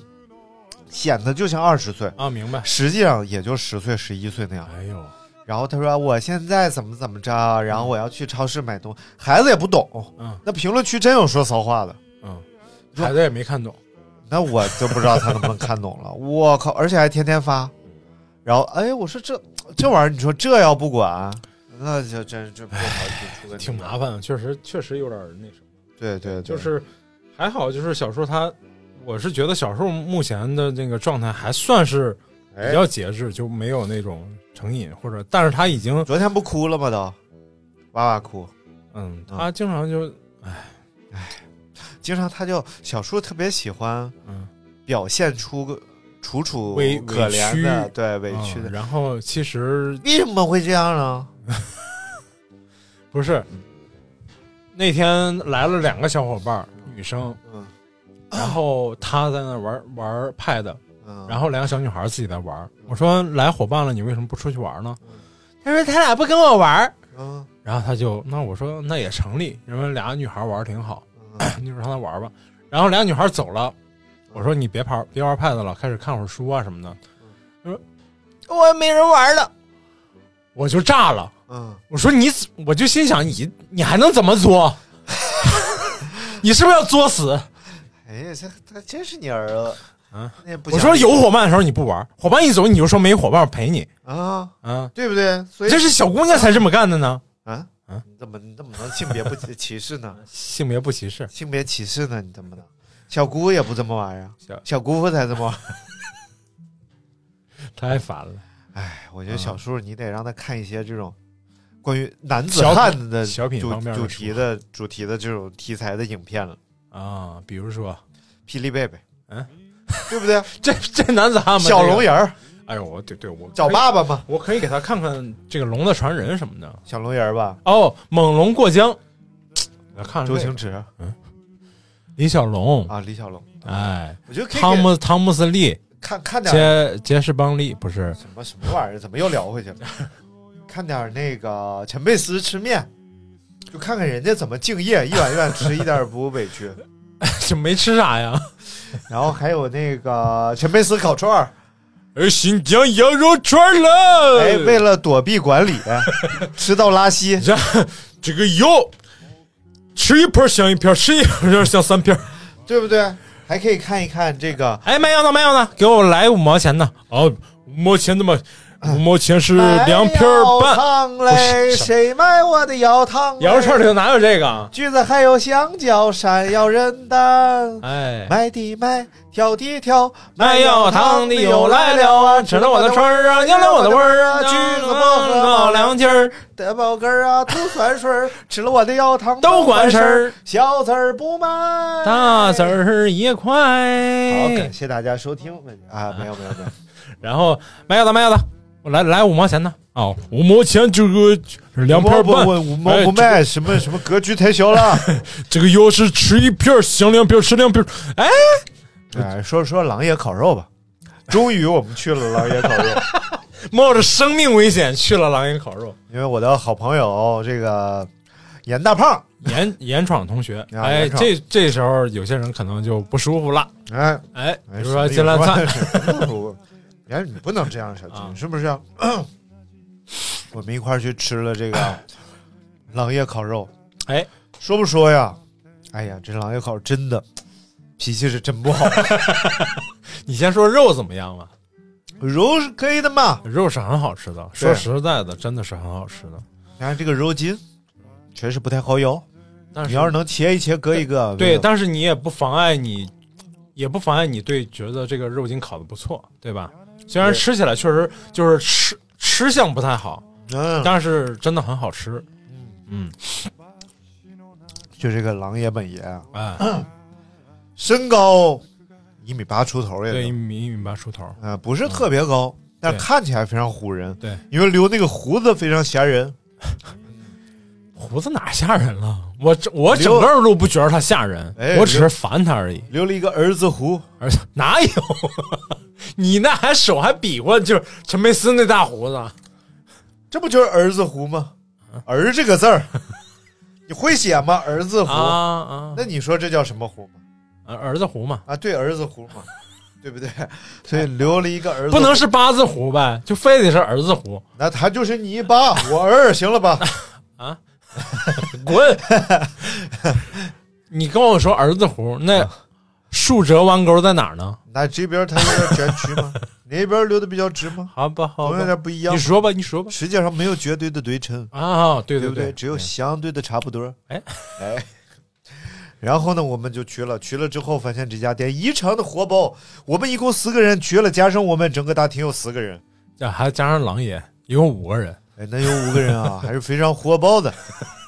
[SPEAKER 4] 显得就像二十岁，
[SPEAKER 5] 啊明白，
[SPEAKER 4] 实际上也就十岁、十一岁那样。
[SPEAKER 5] 哎呦。
[SPEAKER 4] 然后他说我现在怎么怎么着，然后我要去超市买东西，孩子也不懂。
[SPEAKER 5] 嗯
[SPEAKER 4] 那评论区真有说骚话的，
[SPEAKER 5] 嗯，孩子也没看懂。
[SPEAKER 4] 那我就不知道他能不能看懂了。我靠，而且还天天发。然后哎，我说这这玩意儿，你说这要不管，那就真这不好意思出问题，
[SPEAKER 5] 挺麻。烦，确实确实有点儿那什么。
[SPEAKER 4] 对对，对
[SPEAKER 5] 就是还好，就是小时候他，我是觉得小时候目前的那个状态还算是比
[SPEAKER 4] 哎，
[SPEAKER 5] 较节制，就没有那种成瘾或者，但是他已经，
[SPEAKER 4] 昨天不哭了吗？都哇哇哭，
[SPEAKER 5] 嗯，他经常就，
[SPEAKER 4] 经常他就小叔特别喜欢
[SPEAKER 5] 嗯，
[SPEAKER 4] 表现出个楚楚
[SPEAKER 5] 委
[SPEAKER 4] 可怜的，
[SPEAKER 5] 委屈
[SPEAKER 4] 对委屈的
[SPEAKER 5] 嗯。然后其实
[SPEAKER 4] 为什么会这样呢？
[SPEAKER 5] 不是，
[SPEAKER 4] 嗯
[SPEAKER 5] 那天来了两个小伙伴儿，女生，
[SPEAKER 4] 嗯
[SPEAKER 5] 然后他在那玩玩 pad，
[SPEAKER 4] 嗯，
[SPEAKER 5] 然后两个小女孩自己在玩。我说来伙伴了，你为什么不出去玩呢？他说他俩不跟我玩。
[SPEAKER 4] 嗯
[SPEAKER 5] 然后他就那我说那也成立，因为俩女孩玩儿挺好，
[SPEAKER 4] 嗯
[SPEAKER 5] 你就让她玩儿吧。然后俩女孩走了，我说你别玩别玩 pad 了，开始看会儿书啊什么的。他说我没人玩了，我就炸了。
[SPEAKER 4] 嗯，
[SPEAKER 5] 我说你，我就心想你你还能怎么 作？你是不是要作死？
[SPEAKER 4] 哎呀，这他真是你儿子。
[SPEAKER 5] 嗯，
[SPEAKER 4] 那也不
[SPEAKER 5] 我
[SPEAKER 4] 讲
[SPEAKER 5] 说有伙伴的时候你不玩，伙伴一走你就说没伙伴陪你
[SPEAKER 4] 啊，
[SPEAKER 5] 啊，
[SPEAKER 4] 对不对？所以
[SPEAKER 5] 这是小姑娘才这么干的呢，
[SPEAKER 4] 啊
[SPEAKER 5] 啊，
[SPEAKER 4] 你怎么你怎么能性别不歧视呢？
[SPEAKER 5] 性别不歧视。
[SPEAKER 4] 性别歧视呢？你怎么能？小姑也不这么玩呀
[SPEAKER 5] 小，
[SPEAKER 4] 小姑父才这么玩。
[SPEAKER 5] 太烦了，
[SPEAKER 4] 哎，我觉
[SPEAKER 5] 嗯
[SPEAKER 4] 得小叔你得让他看一些这种关于男子
[SPEAKER 5] 小品
[SPEAKER 4] 汉的
[SPEAKER 5] 小品
[SPEAKER 4] 主
[SPEAKER 5] 方面的
[SPEAKER 4] 主
[SPEAKER 5] 书
[SPEAKER 4] 题的主题的这种题材的影片了，
[SPEAKER 5] 啊！比如说
[SPEAKER 4] 《霹雳贝贝》，
[SPEAKER 5] 嗯，
[SPEAKER 4] 对不 对？
[SPEAKER 5] 这这男子汉嘛，
[SPEAKER 4] 小龙
[SPEAKER 5] 也，
[SPEAKER 4] 人儿
[SPEAKER 5] 哎呦，我对对，我
[SPEAKER 4] 找
[SPEAKER 5] 吧，
[SPEAKER 4] 爸爸嘛，
[SPEAKER 5] 我可以给他看看这个《龙的传人》什么的。
[SPEAKER 4] 小龙人儿吧，
[SPEAKER 5] 哦，《猛龙过江》，我看
[SPEAKER 4] 周
[SPEAKER 5] 了
[SPEAKER 4] 星驰啊
[SPEAKER 5] 嗯李小龙，
[SPEAKER 4] 啊，李小龙，
[SPEAKER 5] 哎，
[SPEAKER 4] 我觉得可以
[SPEAKER 5] 汤
[SPEAKER 4] 给
[SPEAKER 5] 姆汤姆斯利，
[SPEAKER 4] 看看点儿
[SPEAKER 5] 杰杰士邦利 不是
[SPEAKER 4] 什么什么玩意儿，怎么又聊回去了？看点儿那个陈佩斯吃面，就看看人家怎么敬业，一碗一碗吃，一点儿也不委屈。
[SPEAKER 5] 这没吃啥呀？
[SPEAKER 4] 然后还有那个陈佩斯烤串儿，
[SPEAKER 5] 而哎新疆羊肉串了，
[SPEAKER 4] 哎，为了躲避管 理，吃到拉稀。
[SPEAKER 5] 这这个油，吃一片像一片，吃一片像三片。
[SPEAKER 4] 对不对？还可以看一看这个
[SPEAKER 5] 哎，没有呢，没有呢，给我来五毛钱的。哦，五毛钱的嘛，五毛钱是两片
[SPEAKER 4] 摇
[SPEAKER 5] 半。
[SPEAKER 4] 哎汤
[SPEAKER 5] 不
[SPEAKER 4] 嘞，
[SPEAKER 5] 是
[SPEAKER 4] 谁买我的摇汤嘞？
[SPEAKER 5] 羊肉串里头哪有这个？
[SPEAKER 4] 橘子还有香蕉，闪耀人丹。
[SPEAKER 5] 哎，
[SPEAKER 4] 买的买，挑的挑，
[SPEAKER 5] 卖药汤的又来了啊，吃了我的串儿啊，养了我的味儿啊，
[SPEAKER 4] 橘子薄荷冒
[SPEAKER 5] 凉
[SPEAKER 4] 凉
[SPEAKER 5] 劲儿，啊
[SPEAKER 4] 德宝根儿啊，吐酸水儿，啊吃了我的啊药汤
[SPEAKER 5] 都管事儿，
[SPEAKER 4] 小词儿不卖，
[SPEAKER 5] 大籽。儿也快。
[SPEAKER 4] 好，
[SPEAKER 5] 哎
[SPEAKER 4] 感谢大家收听。啊，没有没有 没有，
[SPEAKER 5] 然后卖药的卖药的，我来来五毛钱的哦，五毛钱这个两片
[SPEAKER 4] 不
[SPEAKER 5] 半，
[SPEAKER 4] 我五毛
[SPEAKER 5] 哎
[SPEAKER 4] 不卖，什么什么格局太小 了。
[SPEAKER 5] 这个要是吃一片儿，想两片儿，吃两片儿，哎，
[SPEAKER 4] 哎，说说狼爷烤肉吧。终于我们去了狼爷烤肉，
[SPEAKER 5] 冒着生命危险去了狼烟烤肉。
[SPEAKER 4] 因为我的好朋友这个严大胖，
[SPEAKER 5] 严严闯同学，
[SPEAKER 4] 啊
[SPEAKER 5] 哎，
[SPEAKER 4] 严闯
[SPEAKER 5] 这这时候有些人可能就不舒服了，
[SPEAKER 4] 哎，
[SPEAKER 5] 哎，比
[SPEAKER 4] 哎
[SPEAKER 5] 如说金兰灿，，
[SPEAKER 4] 哎，你不能这样， 小
[SPEAKER 5] 啊
[SPEAKER 4] 金，是不是啊？我们一块儿去吃了这 个狼爷烤肉，
[SPEAKER 5] 哎，
[SPEAKER 4] 说不说呀？哎呀，这狼爷烤肉真的脾气是真不 好，
[SPEAKER 5] 你先说肉怎么样吧？
[SPEAKER 4] 肉是可以的嘛，
[SPEAKER 5] 肉是很好吃的，说实在的，真的是很好吃的。
[SPEAKER 4] 但是这个肉筋确实不太好咬，
[SPEAKER 5] 但是
[SPEAKER 4] 你要是能切一切，割一割，
[SPEAKER 5] 对，但是你也不妨碍你，也不妨碍你对觉得这个肉筋烤的不错，对吧？虽然
[SPEAKER 4] 对
[SPEAKER 5] 吃起来确实就是吃吃相不太好，
[SPEAKER 4] 嗯，
[SPEAKER 5] 但是真的很好吃。嗯，
[SPEAKER 4] 就这个狼爷本爷啊，
[SPEAKER 5] 哎，
[SPEAKER 4] 身高一米八出头也
[SPEAKER 5] 对，一
[SPEAKER 4] 能，
[SPEAKER 5] 米一米八出头，
[SPEAKER 4] 呃，不是特别高，但
[SPEAKER 5] 对
[SPEAKER 4] 看起来非常唬人。
[SPEAKER 5] 对，
[SPEAKER 4] 因为留那个胡子非常吓人。
[SPEAKER 5] 胡子哪吓人了？我这我整
[SPEAKER 4] 刘
[SPEAKER 5] 个都不觉得他吓人，
[SPEAKER 4] 哎
[SPEAKER 5] 我只是烦他而已。
[SPEAKER 4] 留了一个儿子胡，
[SPEAKER 5] 而且哪有？ 你那还手还比划，就是陈佩斯那大胡子，
[SPEAKER 4] 这不就是儿子胡吗？
[SPEAKER 5] 啊
[SPEAKER 4] 儿这个字儿， 你会写吗？儿子胡，
[SPEAKER 5] 啊啊，
[SPEAKER 4] 那你说这叫什么胡吗？
[SPEAKER 5] 儿儿子胡嘛，
[SPEAKER 4] 啊，对，儿子胡 嘛，对不对？所以留了一个儿子胡，
[SPEAKER 5] 不能是八字胡呗，就非得是儿子 胡。
[SPEAKER 4] 那他就是你爸，我儿，行了吧？
[SPEAKER 5] 滚！你跟我说儿子胡，那竖折弯钩在哪儿呢？
[SPEAKER 4] 那这边它有点卷曲 吗？你那边溜的比较直吗？
[SPEAKER 5] 好吧，好
[SPEAKER 4] 总有
[SPEAKER 5] 吧，
[SPEAKER 4] 点不一样
[SPEAKER 5] 你。说吧，你说吧。
[SPEAKER 4] 世界上没有绝对的对称，
[SPEAKER 5] 啊，对
[SPEAKER 4] 对不
[SPEAKER 5] 对，
[SPEAKER 4] 只有相对的差不多。
[SPEAKER 5] 哎
[SPEAKER 4] 哎，然后呢，我们就去了，去了之后发现这家店异常的火爆。我们一共四个人去了，加上我们整个大厅有四个人，
[SPEAKER 5] 啊还加上狼爷，一共五个人。
[SPEAKER 4] 哎，那有五个人 啊，还是非常火爆的。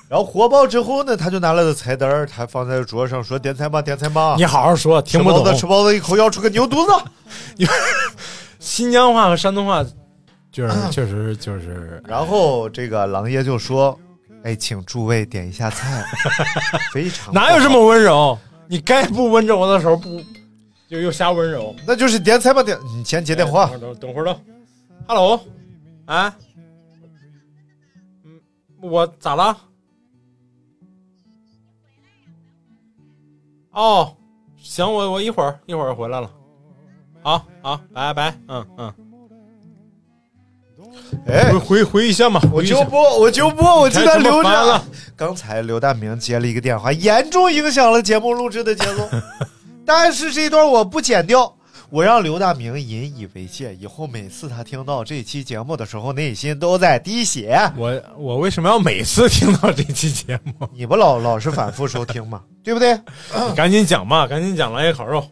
[SPEAKER 4] 然后火爆之后呢，他就拿了个菜单儿，他放在桌上说：“点菜吧，点菜吧。”
[SPEAKER 5] 你好好说，
[SPEAKER 4] 吃
[SPEAKER 5] 听不
[SPEAKER 4] 包子，
[SPEAKER 5] 懂
[SPEAKER 4] 吃包子一口咬出个牛犊子。
[SPEAKER 5] 新疆话和山东话，
[SPEAKER 4] 啊
[SPEAKER 5] 就是确实就是
[SPEAKER 4] 然后这个狼爷就说：“哎，请诸位点一下 菜。”非常
[SPEAKER 5] 哪有这
[SPEAKER 4] 么？
[SPEAKER 5] 么温柔？你该不温柔的时候不，就又瞎温柔。
[SPEAKER 4] 那就是点菜吧，点你先接电话
[SPEAKER 5] 哎。等会儿等会儿等会儿等会儿，Hello，啊，嗯，我咋了？哦，行，我我一会儿一会儿回来了。好好，拜拜，嗯嗯，
[SPEAKER 4] 哎
[SPEAKER 5] 回，回回一下嘛，
[SPEAKER 4] 我
[SPEAKER 5] 回一下
[SPEAKER 4] 就不，我就不，我今天留
[SPEAKER 5] 太他妈烦
[SPEAKER 4] 着
[SPEAKER 5] 了。
[SPEAKER 4] 刚才刘大明接了一个电话，严重影响了节目录制的节 奏。但是这段我不剪掉，我让刘大明引以为戒，以后每次他听到这期节目的时候，内心都在滴血。
[SPEAKER 5] 我我为什么要每次听到这期节 目？
[SPEAKER 4] 你不老老是反复收听吗？对不 对？嗯
[SPEAKER 5] 赶紧讲嘛，赶紧讲狼爷烤肉，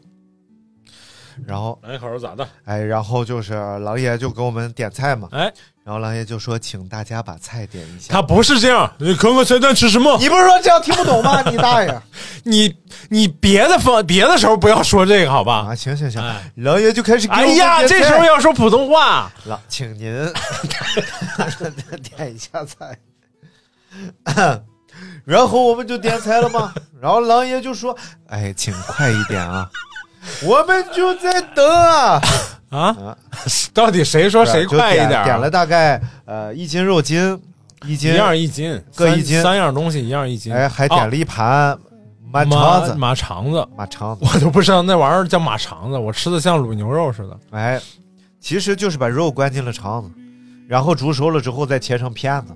[SPEAKER 4] 然后，
[SPEAKER 5] 狼爷烤肉咋的？
[SPEAKER 4] 哎，然后就是狼爷就给我们点菜嘛，
[SPEAKER 5] 哎，
[SPEAKER 4] 然后狼爷就说，请大家把菜点一下。
[SPEAKER 5] 他不是这样，你看看菜单吃什么？
[SPEAKER 4] 你不是说这样听不懂吗？你大 爷！
[SPEAKER 5] 你你别的方别的时候不要说这个好吧？
[SPEAKER 4] 啊，行行行
[SPEAKER 5] 哎，
[SPEAKER 4] 狼爷就开始给我
[SPEAKER 5] 哎
[SPEAKER 4] 们
[SPEAKER 5] 呀，
[SPEAKER 4] 点菜
[SPEAKER 5] 这时候要说普通话，
[SPEAKER 4] 狼，请您 点一下菜。然后我们就点菜了嘛，然后狼爷就说：“哎，请快一点啊！”我们就在等啊，
[SPEAKER 5] 到底谁说谁快
[SPEAKER 4] 就
[SPEAKER 5] 一点
[SPEAKER 4] 点
[SPEAKER 5] 儿？
[SPEAKER 4] 点了大概呃一斤肉筋，一斤
[SPEAKER 5] 一样一斤，
[SPEAKER 4] 各
[SPEAKER 5] 三
[SPEAKER 4] 一斤
[SPEAKER 5] 三样东西一样一斤。
[SPEAKER 4] 哎，还点了一盘
[SPEAKER 5] 哦
[SPEAKER 4] 满肠
[SPEAKER 5] 马
[SPEAKER 4] 子，
[SPEAKER 5] 马肠子，
[SPEAKER 4] 马肠子，
[SPEAKER 5] 我都不知道那玩意儿叫马肠子，我吃的像卤牛肉似的。
[SPEAKER 4] 哎，其实就是把肉关进了肠子，然后煮熟了之后再切成片子。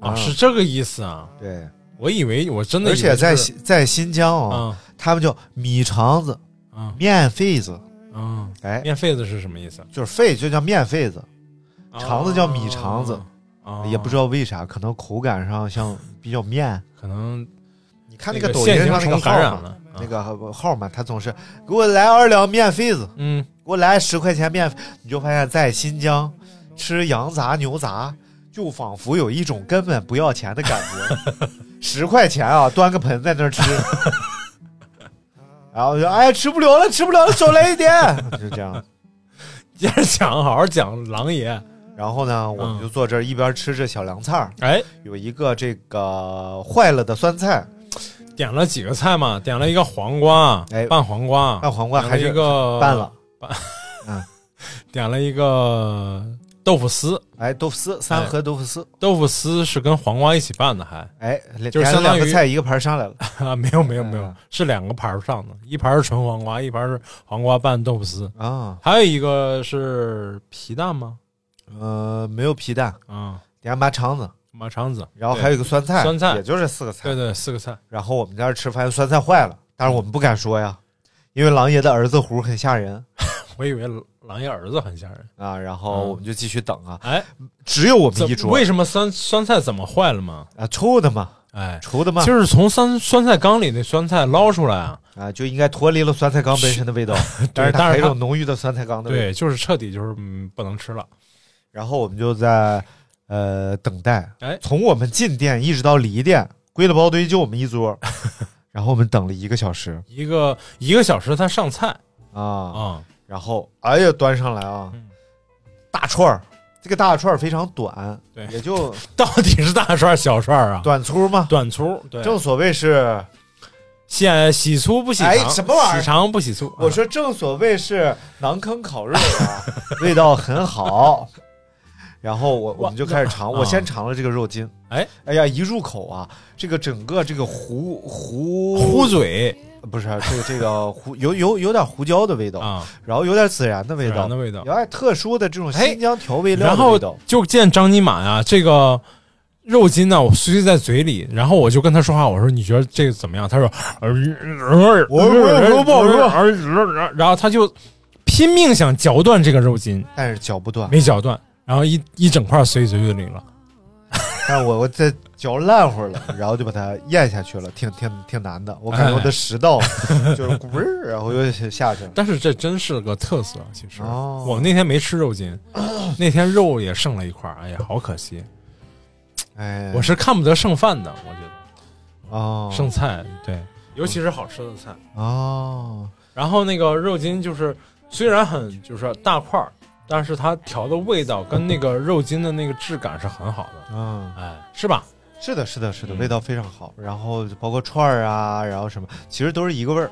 [SPEAKER 5] 啊，是这个意思啊！
[SPEAKER 4] 对，
[SPEAKER 5] 我以为我真的以
[SPEAKER 4] 而
[SPEAKER 5] 为
[SPEAKER 4] 且在
[SPEAKER 5] 是
[SPEAKER 4] 新在新疆啊、
[SPEAKER 5] 啊
[SPEAKER 4] 他们叫米肠子、
[SPEAKER 5] 啊
[SPEAKER 4] 面肺子，
[SPEAKER 5] 啊，
[SPEAKER 4] 哎，
[SPEAKER 5] 面肺子是什么意思？
[SPEAKER 4] 就是肺就叫面肺子，肠子叫米
[SPEAKER 5] 哦
[SPEAKER 4] 肠子，
[SPEAKER 5] 哦
[SPEAKER 4] 也不知道为啥，可能口感上像比较面。
[SPEAKER 5] 可能
[SPEAKER 4] 你看那个
[SPEAKER 5] 那个
[SPEAKER 4] 抖音
[SPEAKER 5] 现行
[SPEAKER 4] 上那个
[SPEAKER 5] 虫
[SPEAKER 4] 号
[SPEAKER 5] 感染
[SPEAKER 4] 嘛
[SPEAKER 5] 了，啊
[SPEAKER 4] 那个号嘛，他总是给我来二两面肺子，
[SPEAKER 5] 嗯，
[SPEAKER 4] 给我来十块钱面，你就发现，在新疆吃羊杂、牛杂，就仿佛有一种根本不要钱的感觉。 十块钱啊，端个盆在那儿吃， 然后我就哎，吃不了了，吃不了了，少来一点，就这样。
[SPEAKER 5] 接着讲，好好讲狼爷。
[SPEAKER 4] 然后呢，我们就坐这儿一边吃着小凉菜儿，
[SPEAKER 5] 哎，
[SPEAKER 4] 有一个这个坏了的酸菜，
[SPEAKER 5] 点了几个菜嘛？点了一个黄瓜，
[SPEAKER 4] 哎
[SPEAKER 5] 拌黄瓜，
[SPEAKER 4] 拌黄瓜
[SPEAKER 5] 点了
[SPEAKER 4] 还是
[SPEAKER 5] 啊一个
[SPEAKER 4] 拌了，
[SPEAKER 5] 点了一个豆腐丝，
[SPEAKER 4] 哎，豆腐丝三盒豆腐丝，
[SPEAKER 5] 豆腐丝是跟黄瓜一起拌的还，
[SPEAKER 4] 哎，
[SPEAKER 5] 就
[SPEAKER 4] 点
[SPEAKER 5] 是
[SPEAKER 4] 了
[SPEAKER 5] 相当
[SPEAKER 4] 两
[SPEAKER 5] 于
[SPEAKER 4] 个菜一个盘儿上来了，
[SPEAKER 5] 啊，没有没有没有
[SPEAKER 4] 嗯，
[SPEAKER 5] 是两个盘儿上的，一盘儿是纯黄瓜，一盘儿是黄瓜拌豆腐丝，
[SPEAKER 4] 啊，
[SPEAKER 5] 还有一个是皮蛋吗？
[SPEAKER 4] 呃，没有皮蛋，
[SPEAKER 5] 啊，
[SPEAKER 4] 点麻肠子。
[SPEAKER 5] 马肠子，
[SPEAKER 4] 然后还有一个酸菜，
[SPEAKER 5] 酸菜
[SPEAKER 4] 也就是四个菜。
[SPEAKER 5] 对对四个菜，
[SPEAKER 4] 然后我们在这儿吃饭，酸菜坏了，但是我们不敢说呀，因为狼爷的儿子胡很吓人
[SPEAKER 5] 我以为狼爷儿子很吓人。
[SPEAKER 4] 啊。然后我们就继续等啊，
[SPEAKER 5] 哎，
[SPEAKER 4] 只有我
[SPEAKER 5] 怎
[SPEAKER 4] 们一桌
[SPEAKER 5] 为什么酸酸菜怎么坏了嘛？
[SPEAKER 4] 啊，臭的嘛，
[SPEAKER 5] 哎，
[SPEAKER 4] 臭的嘛，
[SPEAKER 5] 就是从酸酸菜缸里那酸菜捞出来啊，
[SPEAKER 4] 啊，就应该脱离了酸菜缸本身的味道，但是它
[SPEAKER 5] 但
[SPEAKER 4] 还有
[SPEAKER 5] 是
[SPEAKER 4] 一
[SPEAKER 5] 它
[SPEAKER 4] 种浓郁的酸菜缸的味道。
[SPEAKER 5] 对，就是彻底就是嗯不能吃了。
[SPEAKER 4] 然后我们就在呃等待，
[SPEAKER 5] 哎
[SPEAKER 4] 从我们进店一直到离店，归了包堆就我们一 桌，然后我们等了一个小时
[SPEAKER 5] 一个一个小时才上菜
[SPEAKER 4] 啊
[SPEAKER 5] 啊，
[SPEAKER 4] 然后哎呀，端上来啊，
[SPEAKER 5] 嗯
[SPEAKER 4] 大串儿，这个大串儿非常短，
[SPEAKER 5] 对
[SPEAKER 4] 也就
[SPEAKER 5] 到底是大串儿小串儿啊？
[SPEAKER 4] 短粗嘛。
[SPEAKER 5] 短粗，对，
[SPEAKER 4] 正所谓是，
[SPEAKER 5] 洗洗粗不洗
[SPEAKER 4] 哎
[SPEAKER 5] 肠，
[SPEAKER 4] 什么玩意儿
[SPEAKER 5] 洗肠不洗啊粗，
[SPEAKER 4] 我说正所谓是馕坑烤肉 啊，味道很好。然后我我们就开始尝，
[SPEAKER 5] 那
[SPEAKER 4] 我先尝了这个肉筋，
[SPEAKER 5] 哎
[SPEAKER 4] 哎呀，一入口啊，这个整个这个胡胡
[SPEAKER 5] 糊嘴
[SPEAKER 4] 不是这个这个胡有有有点胡椒的味道，
[SPEAKER 5] 啊，
[SPEAKER 4] 然后有点孜然的味
[SPEAKER 5] 孜
[SPEAKER 4] 道
[SPEAKER 5] 然的，味道
[SPEAKER 4] 有。点特殊的这种
[SPEAKER 5] 哎
[SPEAKER 4] 新疆调味料
[SPEAKER 5] 然
[SPEAKER 4] 的
[SPEAKER 5] 后
[SPEAKER 4] 味道。
[SPEAKER 5] 就见张尼玛呀，这个肉筋呢，我碎在嘴里，然后我就跟他说话，我说你觉得这个怎么样？他说，呃呃
[SPEAKER 4] 我我我不好说
[SPEAKER 5] 呃呃然后他就拼命想嚼断这个肉筋，
[SPEAKER 4] 但是嚼不断，
[SPEAKER 5] 没嚼断，然后一一整块碎嘴里了。
[SPEAKER 4] 但我我这嚼烂乎了，然后就把它咽下去了，挺挺挺难的。我感觉我的食道
[SPEAKER 5] 哎
[SPEAKER 4] 就是咕儿，然后又下去了。
[SPEAKER 5] 但是这真是个特色，其实、
[SPEAKER 4] 哦
[SPEAKER 5] 我那天没吃 肉筋，那天肉也剩了一块儿，哎呀，好可惜，
[SPEAKER 4] 哎，
[SPEAKER 5] 我是看不得剩饭的，我觉得
[SPEAKER 4] 哦
[SPEAKER 5] 剩菜对，尤其是好吃的菜。
[SPEAKER 4] 哦，
[SPEAKER 5] 然后那个肉筋就是虽然很就是大块儿，但是它调的味道跟那个肉筋的那个质感是很好的，
[SPEAKER 4] 嗯，
[SPEAKER 5] 哎，是吧？
[SPEAKER 4] 是的，是的，是的，
[SPEAKER 5] 嗯
[SPEAKER 4] 味道非常好。然后包括串儿啊，然后什么，其实都是一个味儿，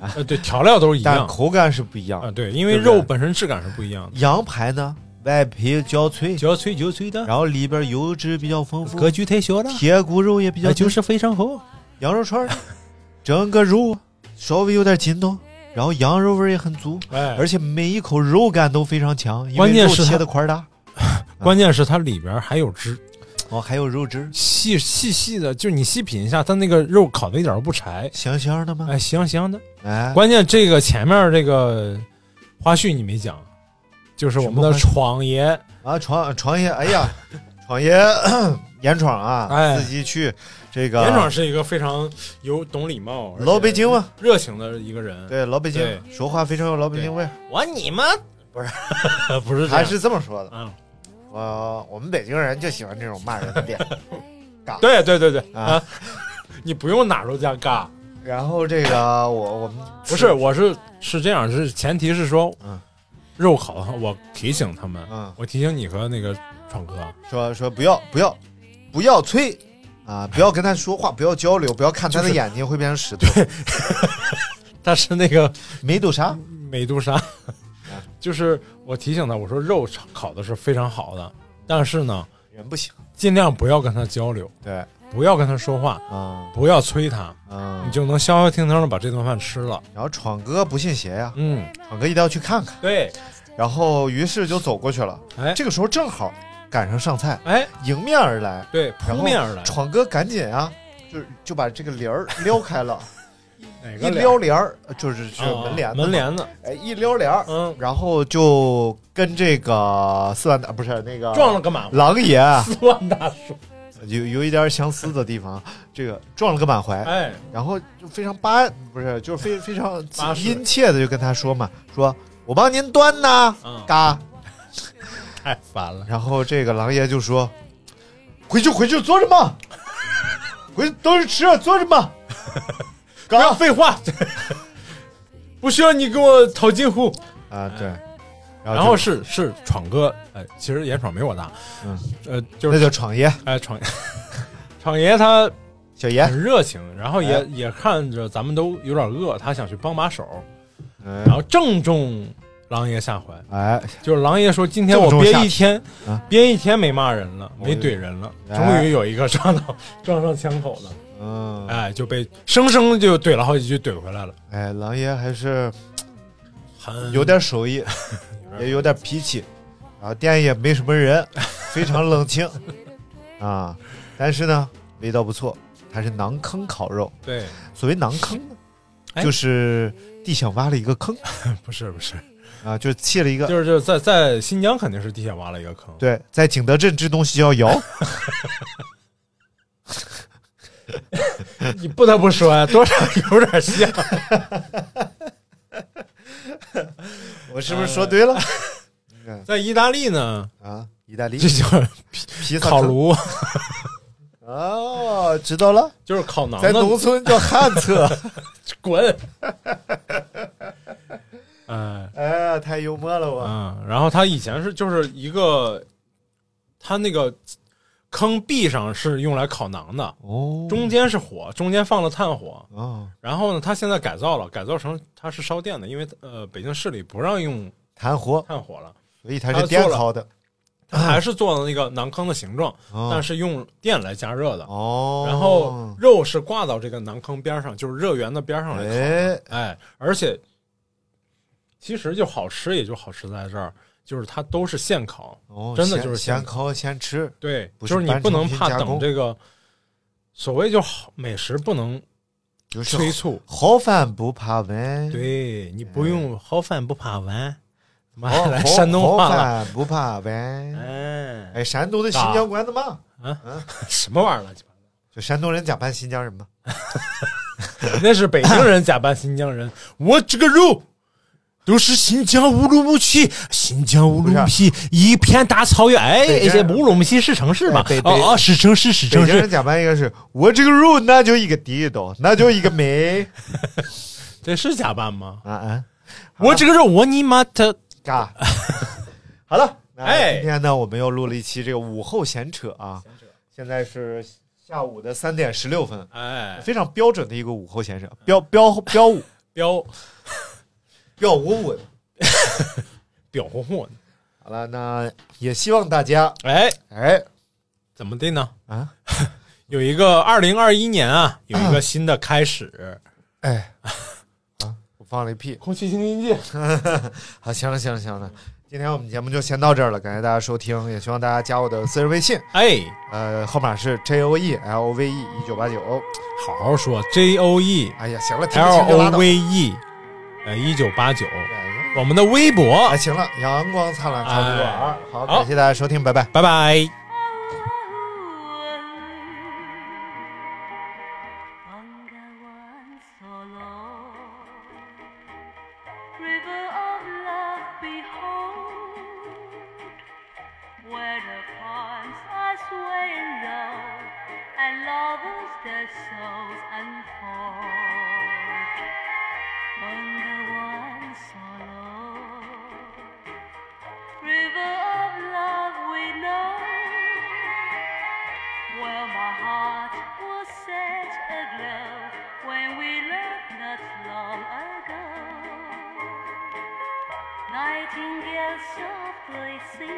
[SPEAKER 5] 呃，对，调料都是一
[SPEAKER 4] 哎但
[SPEAKER 5] 样
[SPEAKER 4] 口感是不一样
[SPEAKER 5] 啊、
[SPEAKER 4] 的。
[SPEAKER 5] 对，因为
[SPEAKER 4] 对不对
[SPEAKER 5] 肉本身质感是不一样的，
[SPEAKER 4] 羊排呢，外皮焦脆，
[SPEAKER 5] 嚼脆嚼脆的，
[SPEAKER 4] 然后里边油脂比较丰富，
[SPEAKER 5] 局忒小的
[SPEAKER 4] 铁骨肉也比较
[SPEAKER 5] 哎是非常好。
[SPEAKER 4] 羊肉串儿，整个肉啊稍微有点筋道，然后羊肉味儿也很足，
[SPEAKER 5] 哎，
[SPEAKER 4] 而且每一口肉感都非常强，因
[SPEAKER 5] 关
[SPEAKER 4] 为
[SPEAKER 5] 键
[SPEAKER 4] 肉
[SPEAKER 5] 是它
[SPEAKER 4] 切的块儿大，
[SPEAKER 5] 关键是它里边还有汁，
[SPEAKER 4] 哦，还有肉汁，
[SPEAKER 5] 细细细的，就是你细品一下，它那个肉烤的一点儿都不柴，
[SPEAKER 4] 香香的吗？
[SPEAKER 5] 哎，香香的。
[SPEAKER 4] 哎，
[SPEAKER 5] 关键这个前面这个花絮你没讲，就是我们的
[SPEAKER 4] 什么
[SPEAKER 5] 闯爷，
[SPEAKER 4] 啊，闯闯爷，哎呀，闯爷， 严闯啊，
[SPEAKER 5] 哎
[SPEAKER 4] 自己去这个
[SPEAKER 5] 严爽是一个非常有懂礼貌、
[SPEAKER 4] 老北京嘛，
[SPEAKER 5] 热情的一个人。
[SPEAKER 4] 对，老北京
[SPEAKER 5] 对
[SPEAKER 4] 说话非常有老北京味儿，
[SPEAKER 5] 我你妈不是不是这样
[SPEAKER 4] 还是这么说的。
[SPEAKER 5] 嗯，
[SPEAKER 4] 我我们北京人就喜欢这种骂人的 点。
[SPEAKER 5] 对对对对
[SPEAKER 4] 啊
[SPEAKER 5] 啊，你不用哪儿都这样尬。
[SPEAKER 4] 然后这个我我们
[SPEAKER 5] 不是，我是是这样，是前提是说
[SPEAKER 4] 嗯，
[SPEAKER 5] 肉烤的话，我提醒他们，
[SPEAKER 4] 嗯
[SPEAKER 5] 我提醒你和那个闯哥，啊
[SPEAKER 4] 说说不要不要不要催啊，不要跟他说话，不要交流，不要看他的眼睛会变成石头。
[SPEAKER 5] 但是那个
[SPEAKER 4] 梅杜 莎，
[SPEAKER 5] 美杜莎，就是我提醒他，我说肉烤的是非常好的，但是呢，
[SPEAKER 4] 人不行。
[SPEAKER 5] 尽量不要跟他交流，
[SPEAKER 4] 对，
[SPEAKER 5] 不要跟他说话，
[SPEAKER 4] 嗯
[SPEAKER 5] 不要催他，你
[SPEAKER 4] 嗯。
[SPEAKER 5] 就能消消停停的把这顿饭吃了。
[SPEAKER 4] 然后闯哥不信邪呀、
[SPEAKER 5] 嗯，
[SPEAKER 4] 闯哥一定要去看看。
[SPEAKER 5] 对，
[SPEAKER 4] 然后于是就走过去了。
[SPEAKER 5] 哎
[SPEAKER 4] 这个时候正好赶上上菜，
[SPEAKER 5] 哎，
[SPEAKER 4] 迎面而来。
[SPEAKER 5] 对，
[SPEAKER 4] 然
[SPEAKER 5] 扑
[SPEAKER 4] 后
[SPEAKER 5] 面而来，
[SPEAKER 4] 闯哥赶紧啊，就就把这个帘儿撩开 了，
[SPEAKER 5] 哪
[SPEAKER 4] 一
[SPEAKER 5] 个
[SPEAKER 4] 撩帘儿就是就是
[SPEAKER 5] 脸啊
[SPEAKER 4] 门帘子嘛
[SPEAKER 5] 门，帘子，
[SPEAKER 4] 哎，一撩帘儿，
[SPEAKER 5] 嗯，
[SPEAKER 4] 然后就跟这个四万大不是那个
[SPEAKER 5] 撞了个满
[SPEAKER 4] 狼爷啊
[SPEAKER 5] 万大叔，
[SPEAKER 4] 有有一点相似的地方，啊这个撞了个满怀，
[SPEAKER 5] 哎，
[SPEAKER 4] 然后就非常巴不是就是非非常
[SPEAKER 5] 巴适
[SPEAKER 4] 殷切的就跟他说嘛，说我帮您端呐，
[SPEAKER 5] 嗯
[SPEAKER 4] 嘎，
[SPEAKER 5] 太烦了，
[SPEAKER 4] 然后这个狼爷就说：“回去，回去，坐着 吧，回去都是吃，啊坐着吧。
[SPEAKER 5] 不要废话， 不需要你给我套近乎。”
[SPEAKER 4] 啊，对，
[SPEAKER 5] 哎然
[SPEAKER 4] 然
[SPEAKER 5] 后
[SPEAKER 4] 就是
[SPEAKER 5] 是闯哥，哎，其实严闯没我大，
[SPEAKER 4] 嗯，
[SPEAKER 5] 呃，就
[SPEAKER 4] 那
[SPEAKER 5] 是
[SPEAKER 4] 叫闯爷，
[SPEAKER 5] 哎闯闯爷他
[SPEAKER 4] 小爷，
[SPEAKER 5] 很热情，然后也、
[SPEAKER 4] 哎
[SPEAKER 5] 也看着咱们都有点饿，他想去帮把手，
[SPEAKER 4] 嗯
[SPEAKER 5] 然后正中狼爷下怀，
[SPEAKER 4] 哎，
[SPEAKER 5] 就是狼爷说今天我
[SPEAKER 4] 正中
[SPEAKER 5] 憋
[SPEAKER 4] 下
[SPEAKER 5] 一天，
[SPEAKER 4] 啊
[SPEAKER 5] 憋一天没骂人了，
[SPEAKER 4] 我
[SPEAKER 5] 没怼人了，终
[SPEAKER 4] 哎
[SPEAKER 5] 于有一个撞到撞上枪口了，
[SPEAKER 4] 嗯，
[SPEAKER 5] 哎，就被生生就怼了好几句，怼回来了，
[SPEAKER 4] 哎，狼爷还是
[SPEAKER 5] 很
[SPEAKER 4] 有点手 艺，也有点脾气，然后店也没什么 人，非常冷清啊，但是呢，味道不错，它是馕坑烤肉。
[SPEAKER 5] 对，
[SPEAKER 4] 所谓馕坑呢，
[SPEAKER 5] 哎
[SPEAKER 4] 就是地想挖了一个 坑
[SPEAKER 5] 不是不是，
[SPEAKER 4] 啊，就是砌了一个
[SPEAKER 5] 就是就是在在新疆肯定是地下挖了一个坑，
[SPEAKER 4] 对，在景德镇这东西要 摇，
[SPEAKER 5] 你不得不说，啊多少 有点像。
[SPEAKER 4] 我是不是说对了？
[SPEAKER 5] 在意大利呢，
[SPEAKER 4] 啊，意大利
[SPEAKER 5] 这叫
[SPEAKER 4] 披萨
[SPEAKER 5] 烤炉，
[SPEAKER 4] 坑哦，知道了，
[SPEAKER 5] 就是烤馕
[SPEAKER 4] 在农
[SPEAKER 5] 的，
[SPEAKER 4] 村叫旱厕。
[SPEAKER 5] 滚！ 哎，
[SPEAKER 4] 哎呀，太幽默了我。
[SPEAKER 5] 嗯，然后他以前是就是一个，他那个坑壁上是用来烤馕的，
[SPEAKER 4] 哦
[SPEAKER 5] 中间是火，中间放了炭火。
[SPEAKER 4] 哦，
[SPEAKER 5] 然后呢，他现在改造了，改造成它是烧电的，因为呃，北京市里不让用
[SPEAKER 4] 弹活，
[SPEAKER 5] 炭火了，
[SPEAKER 4] 所以它是电烤的。
[SPEAKER 5] 它还是做的那个馕坑的形状，
[SPEAKER 4] 哦
[SPEAKER 5] 但是用电来加热的。
[SPEAKER 4] 哦，
[SPEAKER 5] 然后肉是挂到这个馕坑边上，就是热源的边上来烤。
[SPEAKER 4] 哎，
[SPEAKER 5] 哎，而且其实就好吃，也就好吃在这儿，就是它都是现烤，
[SPEAKER 4] 哦，
[SPEAKER 5] 真的
[SPEAKER 4] 先
[SPEAKER 5] 就是
[SPEAKER 4] 先
[SPEAKER 5] 先
[SPEAKER 4] 烤先吃，
[SPEAKER 5] 对，
[SPEAKER 4] 不是
[SPEAKER 5] 就是你
[SPEAKER 4] 单
[SPEAKER 5] 不能
[SPEAKER 4] 纯拼
[SPEAKER 5] 怕
[SPEAKER 4] 加
[SPEAKER 5] 等
[SPEAKER 4] 工
[SPEAKER 5] 这个，所谓就好美食不能
[SPEAKER 4] 就是
[SPEAKER 5] 催促，
[SPEAKER 4] 好哎饭不怕晚，
[SPEAKER 5] 对你不用好饭不怕晚，妈
[SPEAKER 4] 好，
[SPEAKER 5] 来
[SPEAKER 4] 好
[SPEAKER 5] 山东话
[SPEAKER 4] 好哦
[SPEAKER 5] 了，
[SPEAKER 4] 饭不怕晚。
[SPEAKER 5] 哎，
[SPEAKER 4] 哎，山东的新疆管子嘛，
[SPEAKER 5] 什么玩意儿了？
[SPEAKER 4] 就山东人假扮新疆人嘛。
[SPEAKER 5] 那是北京人假扮新疆人，我这个肉。都是新疆乌鲁木齐，新疆乌鲁木齐一片大草原。哎，
[SPEAKER 4] 啊北京
[SPEAKER 5] 这乌鲁木齐是城市吧
[SPEAKER 4] 哎北？北
[SPEAKER 5] 哦哦，是城市，是
[SPEAKER 4] 北
[SPEAKER 5] 城
[SPEAKER 4] 京人
[SPEAKER 5] 市。
[SPEAKER 4] 假扮一个是我这个肉那就一个地道，那就一个美
[SPEAKER 5] 这是假扮吗？
[SPEAKER 4] 啊啊，
[SPEAKER 5] 我这个肉，我你妈的！
[SPEAKER 4] 嘎。 好了，那
[SPEAKER 5] 哎
[SPEAKER 4] 今天呢，我们又录了一期这个午后闲扯啊，现在是下午的三点十六分，
[SPEAKER 5] 哎，
[SPEAKER 4] 非常标准的一个午后闲扯，标标标舞
[SPEAKER 5] 彪
[SPEAKER 4] 标舞舞。
[SPEAKER 5] 彪红红。
[SPEAKER 4] 好了，那也希望大家
[SPEAKER 5] 哎，
[SPEAKER 4] 哎
[SPEAKER 5] 怎么的呢？
[SPEAKER 4] 啊
[SPEAKER 5] 有一个二零二一年啊，有一个新的开始。
[SPEAKER 4] 哎啊，我放了一屁。
[SPEAKER 5] 空气清新剂，
[SPEAKER 4] 好，行了，行了，行了，今天我们节目就先到这儿了，感谢大家收听，也希望大家加我的私人微信，
[SPEAKER 5] 哎，
[SPEAKER 4] 呃，号码是 J O E L V E 一九八九。
[SPEAKER 5] 好好说，J O E
[SPEAKER 4] 哎呀，行了，听
[SPEAKER 5] L
[SPEAKER 4] 不清就拉
[SPEAKER 5] O
[SPEAKER 4] 倒。
[SPEAKER 5] V E，呃，一九八九，
[SPEAKER 4] 哎
[SPEAKER 5] 我们的微博
[SPEAKER 4] 哎，，行了，阳光灿烂咖啡馆
[SPEAKER 5] 哎，
[SPEAKER 4] 啊好，
[SPEAKER 5] 好
[SPEAKER 4] 感谢大家收听，拜拜。
[SPEAKER 5] 拜拜。
[SPEAKER 6] Onward, sorrow, river of love, behold, where the ponds are swaying low, and lovers their souls unfold. Onward, sorrow, river of love we know. Well, my heart was set aglow when we loved not long ago. Nightingales softly sing, oh, oh, Oh,